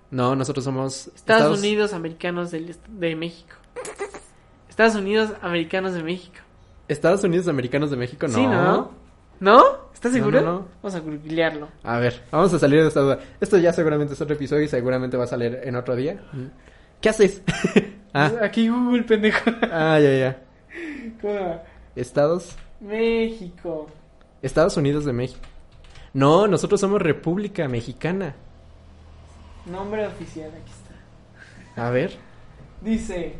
B: No, nosotros somos
A: Estados, Unidos americanos del est- de México. Estados Unidos americanos de México.
B: Estados Unidos americanos de México, no.
A: Sí, ¿no? ¿No? ¿Estás
B: No,
A: seguro?
B: no, no.
A: Vamos a googlearlo. Mm.
B: A ver, vamos a salir de esta duda. Esto ya seguramente es otro episodio y seguramente va a salir en otro día. ¿Qué haces? ah,
A: Aquí Google, pendejo.
B: ah, ya, ya.
A: ¿Cómo?
B: Estados.
A: México.
B: Estados Unidos de México. No, nosotros somos República Mexicana.
A: Nombre oficial, aquí está.
B: A ver.
A: Dice.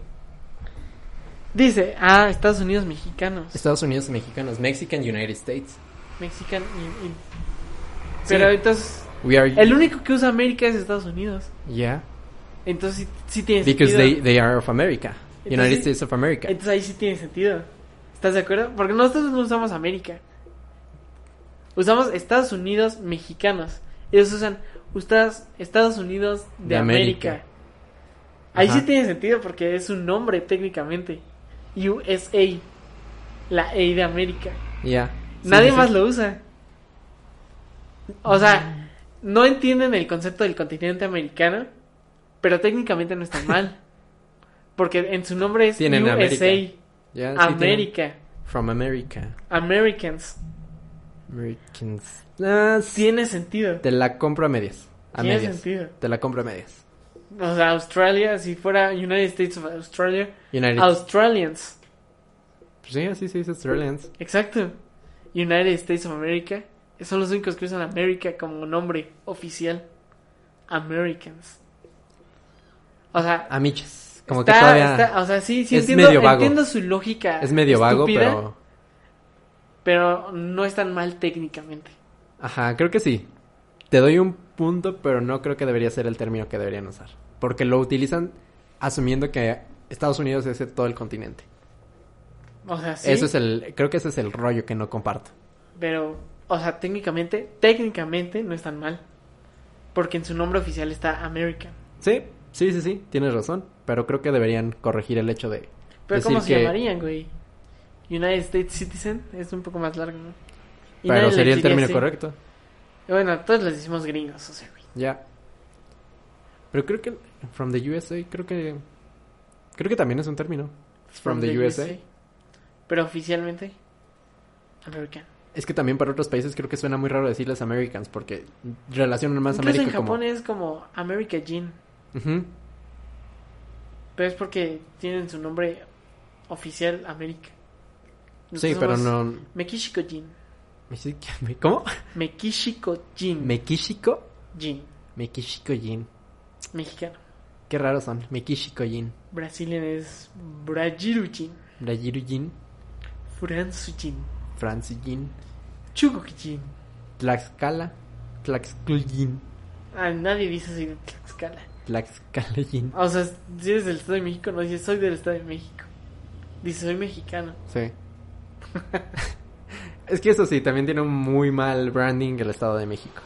A: Dice, ah, Estados Unidos mexicanos.
B: Estados Unidos mexicanos. Mexican United States.
A: Mexican. y- y-
B: Sí.
A: Pero entonces.
B: We are.
A: El único que usa América es Estados Unidos.
B: Yeah.
A: Entonces sí, sí tiene
B: Because they,
A: sentido.
B: they are of America. United
A: Entonces-
B: States of America.
A: Entonces ahí sí tiene sentido. ¿Estás de acuerdo? Porque nosotros no usamos América. Usamos Estados Unidos mexicanos. Ellos usan ustas- Estados Unidos de,
B: De América.
A: América. Ahí
B: Ajá.
A: sí tiene sentido porque es un nombre técnicamente. USA. La E de América.
B: Yeah. Sí,
A: Nadie
B: sí,
A: más
B: sí.
A: lo usa. O sea,
B: Mm.
A: no entienden el concepto del continente americano, pero técnicamente no están mal. Porque en su nombre es
B: Tienen
A: USA,
B: América. Yeah, sí, tiene-
A: América,
B: From America.
A: Americans.
B: Americans. Ah, sí.
A: Tiene sentido.
B: Te la compro a medias. A
A: Tiene
B: medias.
A: sentido.
B: Te la compro a medias.
A: O sea, Australia, si fuera United States of Australia,
B: United
A: Australians.
B: Sí, así se dice Australians.
A: Exacto. United States of America son los únicos que usan América como nombre oficial. Americans. O sea,
B: Amiches. Como
A: está,
B: que todavía
A: está- o sea, sí, sí
B: es
A: entiendo,
B: medio vago.
A: entiendo su lógica.
B: es medio vago,
A: estúpida,
B: pero...
A: pero no es tan mal técnicamente.
B: Ajá, creo que sí. Te doy un punto, pero no creo que debería ser el término que deberían usar. Porque lo utilizan asumiendo que Estados Unidos es todo el continente.
A: O sea, sí.
B: Eso es el... Creo que ese es el rollo que no comparto.
A: Pero, o sea, técnicamente, técnicamente no es tan mal. Porque en su nombre oficial está American.
B: Sí, sí, sí, sí. Tienes razón. Pero creo que deberían corregir el hecho de...
A: Pero
B: decir
A: ¿cómo se
B: que-
A: llamarían, güey? United States Citizen es un poco más largo, ¿no? Y nadie
B: Pero
A: les
B: sería el
A: diría
B: término
A: así.
B: correcto.
A: Bueno, todos les decimos gringos, o sea, güey.
B: Ya. Pero creo que from the USA, creo que creo que también es un término. From the USA.
A: Pero oficialmente, American.
B: Es que también para otros países creo que suena muy raro decirles Americans porque relacionan más
A: Incluso en
B: América
A: Japón
B: como
A: es como America Jean.
B: Ujú.
A: Pero es porque tienen su nombre oficial América.
B: Sí,
A: Nosotros
B: pero
A: somos
B: no
A: Mekishiko Jin.
B: Mexica- ¿Cómo?
A: Mekishiko
B: Mm.
A: Jin.
B: Mekishiko,
A: Jin.
B: Mekishiko Jin.
A: Mexicano.
B: Qué raros son. Mekishiko Jin,
A: Brasilian es Brajiru Jin.
B: Rajiru Jin,
A: Furansu Jin.
B: Francis Jin,
A: Chugoku Jin.
B: Tlaxcala, Tlaxcul Jin,
A: Ah, nadie dice soy de Tlaxcala.
B: Tlaxcala Jin.
A: O sea, si eres del Estado de México, no dices soy del Estado de México. Dice soy mexicano.
B: Sí. es que eso sí, también tiene un muy mal branding el Estado de México.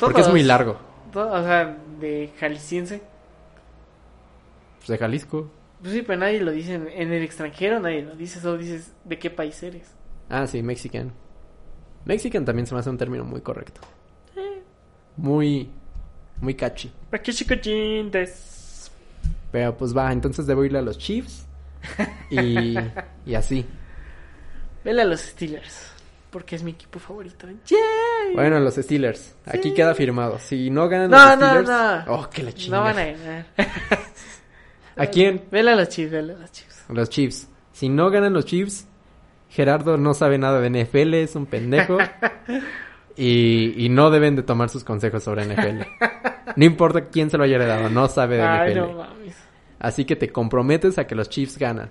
B: Porque es
A: Todos.
B: muy largo.
A: To- o sea, de jalisciense.
B: Pues de Jalisco.
A: Pues sí, pero nadie lo dice en, en el extranjero, nadie lo dice, solo dices de qué país eres.
B: Ah, sí, Mexican. Mexican también se me hace un término muy correcto. Muy, muy catchy.
A: Mekishiko Jin des.
B: Pero pues va, entonces debo irle a los Chiefs. Y, y así.
A: Vele a los Steelers, porque es mi equipo favorito. ¡Yay!
B: Bueno, los Steelers. Aquí queda firmado. Si no ganan
A: No,
B: los
A: no,
B: Steelers.
A: no.
B: Oh, que la chingada.
A: no van a ganar.
B: ¿A quién?
A: Vele a los Chiefs, vele a los Chiefs.
B: Los Chiefs. Si no ganan los Chiefs, Gerardo no sabe nada de NFL, es un pendejo. y, y no deben de tomar sus consejos sobre NFL. No importa quién se lo haya heredado, no sabe de
A: Ay,
B: NFL.
A: no mames.
B: Así que te comprometes a que los Chiefs ganan.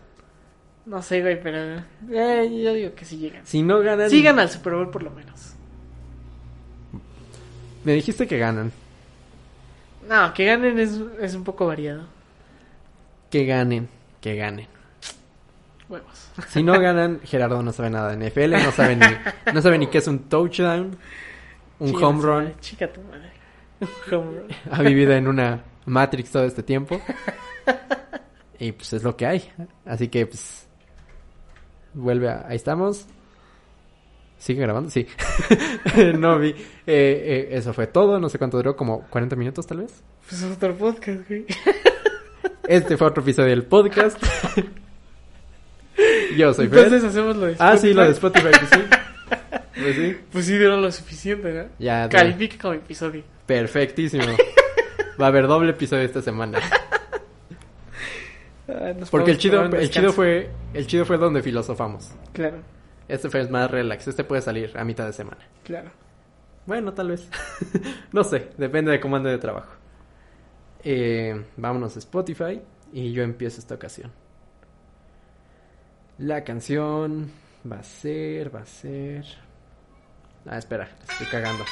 A: No sé, güey, pero. eh, yo digo que sí llegan.
B: Si no ganan...
A: Sigan al Super Bowl por lo menos.
B: Me dijiste que ganan.
A: No, que ganen es, es un poco variado.
B: Que ganen. Que ganen.
A: Huevos.
B: Si no ganan, Gerardo no sabe nada de NFL, no sabe ni, no sabe ni qué es un touchdown, un
A: Chinga
B: home
A: tu
B: run.
A: madre, Chica tu madre. Un home run.
B: ha vivido en una Matrix todo este tiempo. Y pues es lo que hay. Así que pues vuelve a... Ahí estamos. ¿Sigue grabando? Sí. no vi. Eh, eh, eso fue todo. No sé cuánto duró, como 40 minutos tal vez.
A: Pues otro podcast, güey.
B: Este fue otro episodio del podcast. Yo soy Fred.
A: Entonces hacemos lo de
B: ah, sí, lo de
A: Spotify.
B: Spotify. pues sí. Pues sí.
A: Pues sí, dieron lo suficiente, ¿no?
B: Ya, de-
A: Califica como episodio.
B: perfectísimo. Va a haber doble episodio esta semana.
A: Ah, nos
B: Porque el
A: podemos
B: chido,
A: tomar un
B: el chido
A: descanso.
B: fue, el chido fue donde filosofamos.
A: Claro,
B: Este fue el más relax, este puede salir a mitad de semana.
A: claro.
B: Bueno, tal vez. no sé, depende de cómo ande de trabajo. Eh, vámonos a Spotify y yo empiezo esta ocasión. La canción va a ser, va a ser... Ah, espera, estoy cagando.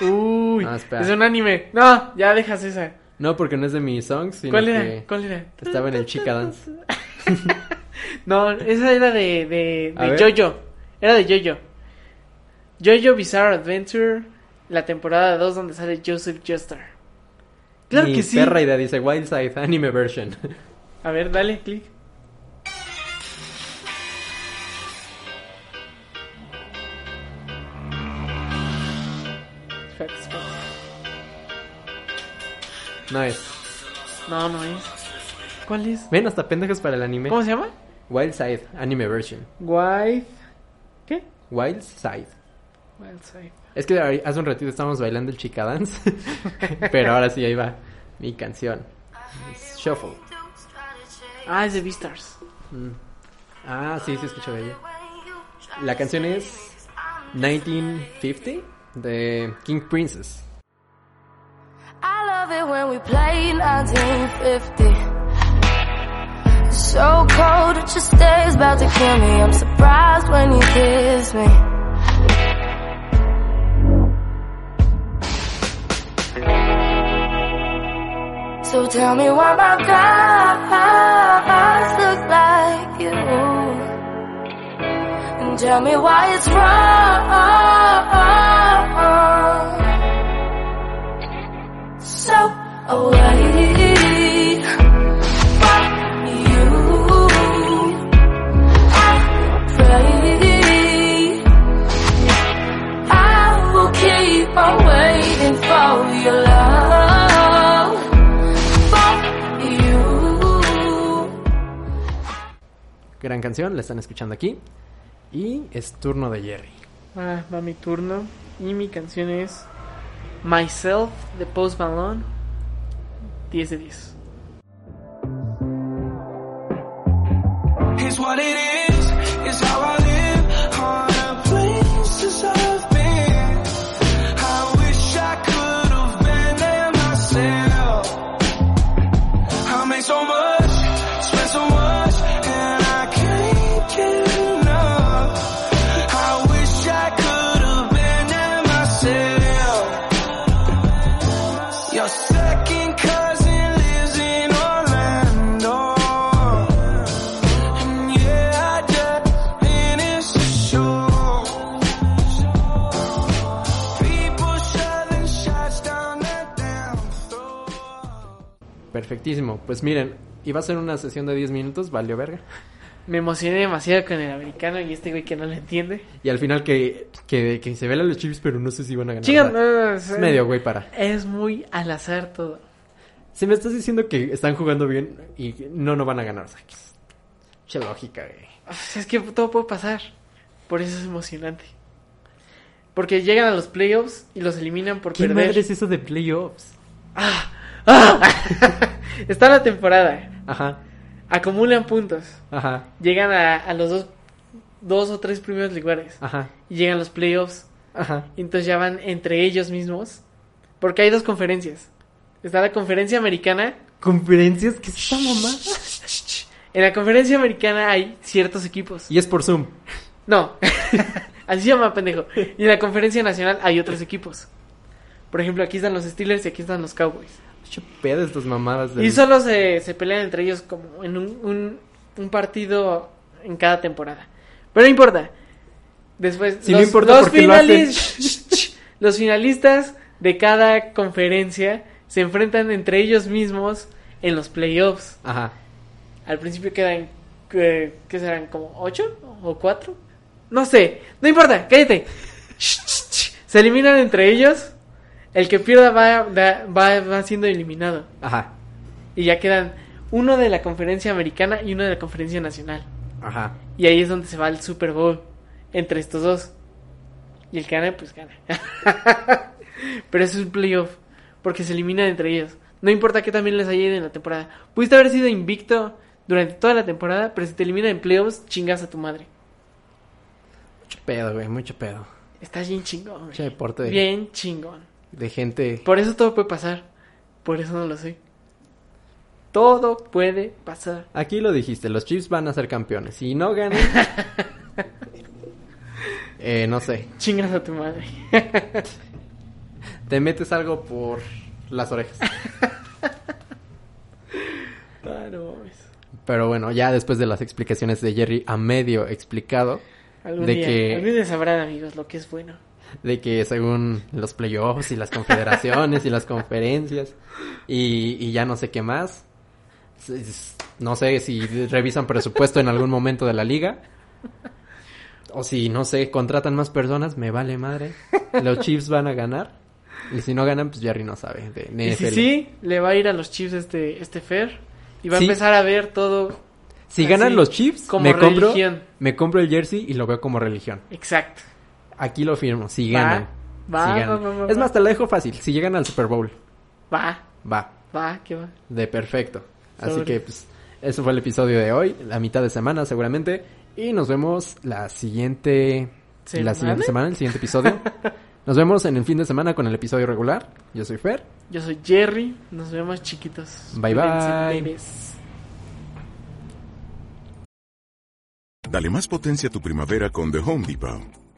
A: Uy,
B: Ah, espera.
A: es un anime. No, ya dejas esa.
B: No, porque no es de mis songs, sino
A: ¿Cuál era?
B: que
A: ¿Cuál era?
B: estaba en el Chica Dance.
A: No, esa era de, de,
B: A
A: de
B: ver.
A: Jojo. Era de Jojo. Jojo Bizarre Adventure, la temporada 2 donde sale Joseph Joestar. Claro
B: Mi
A: que sí.
B: perra idea dice Wildside Anime Version.
A: A ver, dale, clic. Espérate, espérate.
B: no es.
A: No, no es. ¿Cuál es?
B: Ven, hasta pendejos para el anime.
A: ¿Cómo se llama?
B: Wildside Anime Version.
A: Wife. ¿Qué?
B: Wildside.
A: Wildside.
B: Es que ahí- hace un ratito estábamos bailando el chica dance, pero ahora sí ahí va mi canción. Es Shuffle.
A: Ah, es de Beastars.
B: Ah, sí, sí escucho de ella. La canción es 1950 de King Princess.
C: I love it when we play 1950. So cold, it just stays about to kill me. I'm surprised when you kiss me. So tell me why my guys look like you. And tell me why it's wrong so away from you. I pray I will keep on waiting for your love for you.
B: Gran canción, la están escuchando aquí. Y es turno de Jerry.
A: Ah, va mi turno. Y mi canción es Myself de Post Malone. 10 de 10.
D: It's what it is, it's how I live on a places I've been. I wish I could have been there myself. I made so much, spent so much, and I can't get enough. I wish I could have been there myself. Your second cousin lives in Orlando. Yeah, I just finished the show. People shoving shots down their damn throats.
B: Perfectísimo. Pues miren, iba a ser una sesión de 10 minutos, valió verga.
A: Me emocioné demasiado con el americano y este güey que no lo entiende.
B: Y al final que, que, que se velan los chips, pero no sé si van a ganar.
A: Chica,
B: O sea,
A: no, no, no,
B: es medio güey para.
A: Es muy al azar todo.
B: Si me estás diciendo que están jugando bien y que no, no van a ganar. O sea, que es- che lógica, güey.
A: Uf, Es que todo puede pasar. Por eso es emocionante. Porque llegan a los playoffs y los eliminan por
B: ¿Qué
A: perder.
B: madre es eso de playoffs?
A: ¡Ah! Está la temporada.
B: Ajá,
A: Acumulan puntos.
B: ajá,
A: Llegan a, a los dos, dos o tres primeros lugares.
B: ajá,
A: Y llegan los playoffs.
B: ajá.
A: Y entonces ya van entre ellos mismos. Porque hay dos conferencias. Está la conferencia americana.
B: ¿Conferencias? ¿Qué es esta mamá?
A: En la conferencia americana hay ciertos equipos.
B: Y es por Zoom.
A: No. Así se llama, pendejo. Y en la conferencia nacional hay otros equipos. Por ejemplo, aquí están los Steelers y aquí están los Cowboys.
B: Che pedo estas mamadas. del-
A: Y solo se, se pelean entre ellos como en un, un- un partido en cada temporada. Pero no importa. Después,
B: Sí, no importa porque lo
A: finalis- los finalistas de cada conferencia se enfrentan entre ellos mismos en los playoffs.
B: Ajá.
A: Al principio quedan, eh, ¿qué serán? ¿Como ocho o cuatro? No sé, no importa, cállate. Se eliminan entre ellos. El que pierda va, da- va, va siendo eliminado.
B: Ajá.
A: Y ya quedan uno de la conferencia americana y uno de la conferencia nacional.
B: Ajá.
A: Y ahí es donde se va el Super Bowl entre estos dos. Y el que gana, pues gana. Pero eso es un playoff. Porque se eliminan entre ellos. No importa que también les haya ido en la temporada. Pudiste haber sido invicto durante toda la temporada, pero si te eliminan en playoffs, chingas a tu madre.
B: Mucho pedo, güey, mucho pedo.
A: Estás bien chingón, güey.
B: Mucho deporte de,
A: Bien chingón.
B: de gente.
A: Por eso todo puede pasar. Por eso no lo sé. Todo puede pasar.
B: Aquí lo dijiste, los Chiefs van a ser campeones. Si no ganan. eh, no sé.
A: Chingas a tu madre.
B: Te metes algo por las orejas.
A: Ah, no mames.
B: Pero bueno, ya después de las explicaciones de Jerry a medio explicado,
A: Algún
B: De
A: día,
B: que-
A: algún día sabrán, amigos, lo que es bueno.
B: de que según los playoffs y las confederaciones y las conferencias y, y ya no sé qué más, s- s- no sé si revisan presupuesto en algún momento de la liga o si no sé, contratan más personas, me vale madre, los Chiefs van a ganar y si no ganan, pues Jerry no sabe. De
A: Y si
B: NFL.
A: sí, le va a ir a los Chiefs este, este Fer. Y va
B: Sí.
A: a empezar a ver todo
B: Si ganan
A: Así,
B: los Chiefs,
A: como
B: me compro,
A: religión.
B: me compro el jersey y lo veo como religión.
A: exacto.
B: Aquí lo firmo, si
A: Va,
B: ganan.
A: va,
B: si
A: va,
B: ganan.
A: va, va,
B: es
A: va.
B: más, te la dejo fácil. Si llegan al Super Bowl,
A: Va,
B: va.
A: va, que va.
B: De perfecto. Así
A: Sobre.
B: que, pues, eso fue el episodio de hoy. La mitad de semana, seguramente. Y nos vemos la siguiente. La
A: ¿Semana?
B: siguiente semana, el siguiente episodio. nos vemos en el fin de semana con el episodio regular. Yo soy Fer.
A: Yo soy Jerry. Nos vemos, chiquitos.
B: Bye, bye.
A: Cuídense, bebés.
E: Dale más potencia a tu primavera con The Home Depot.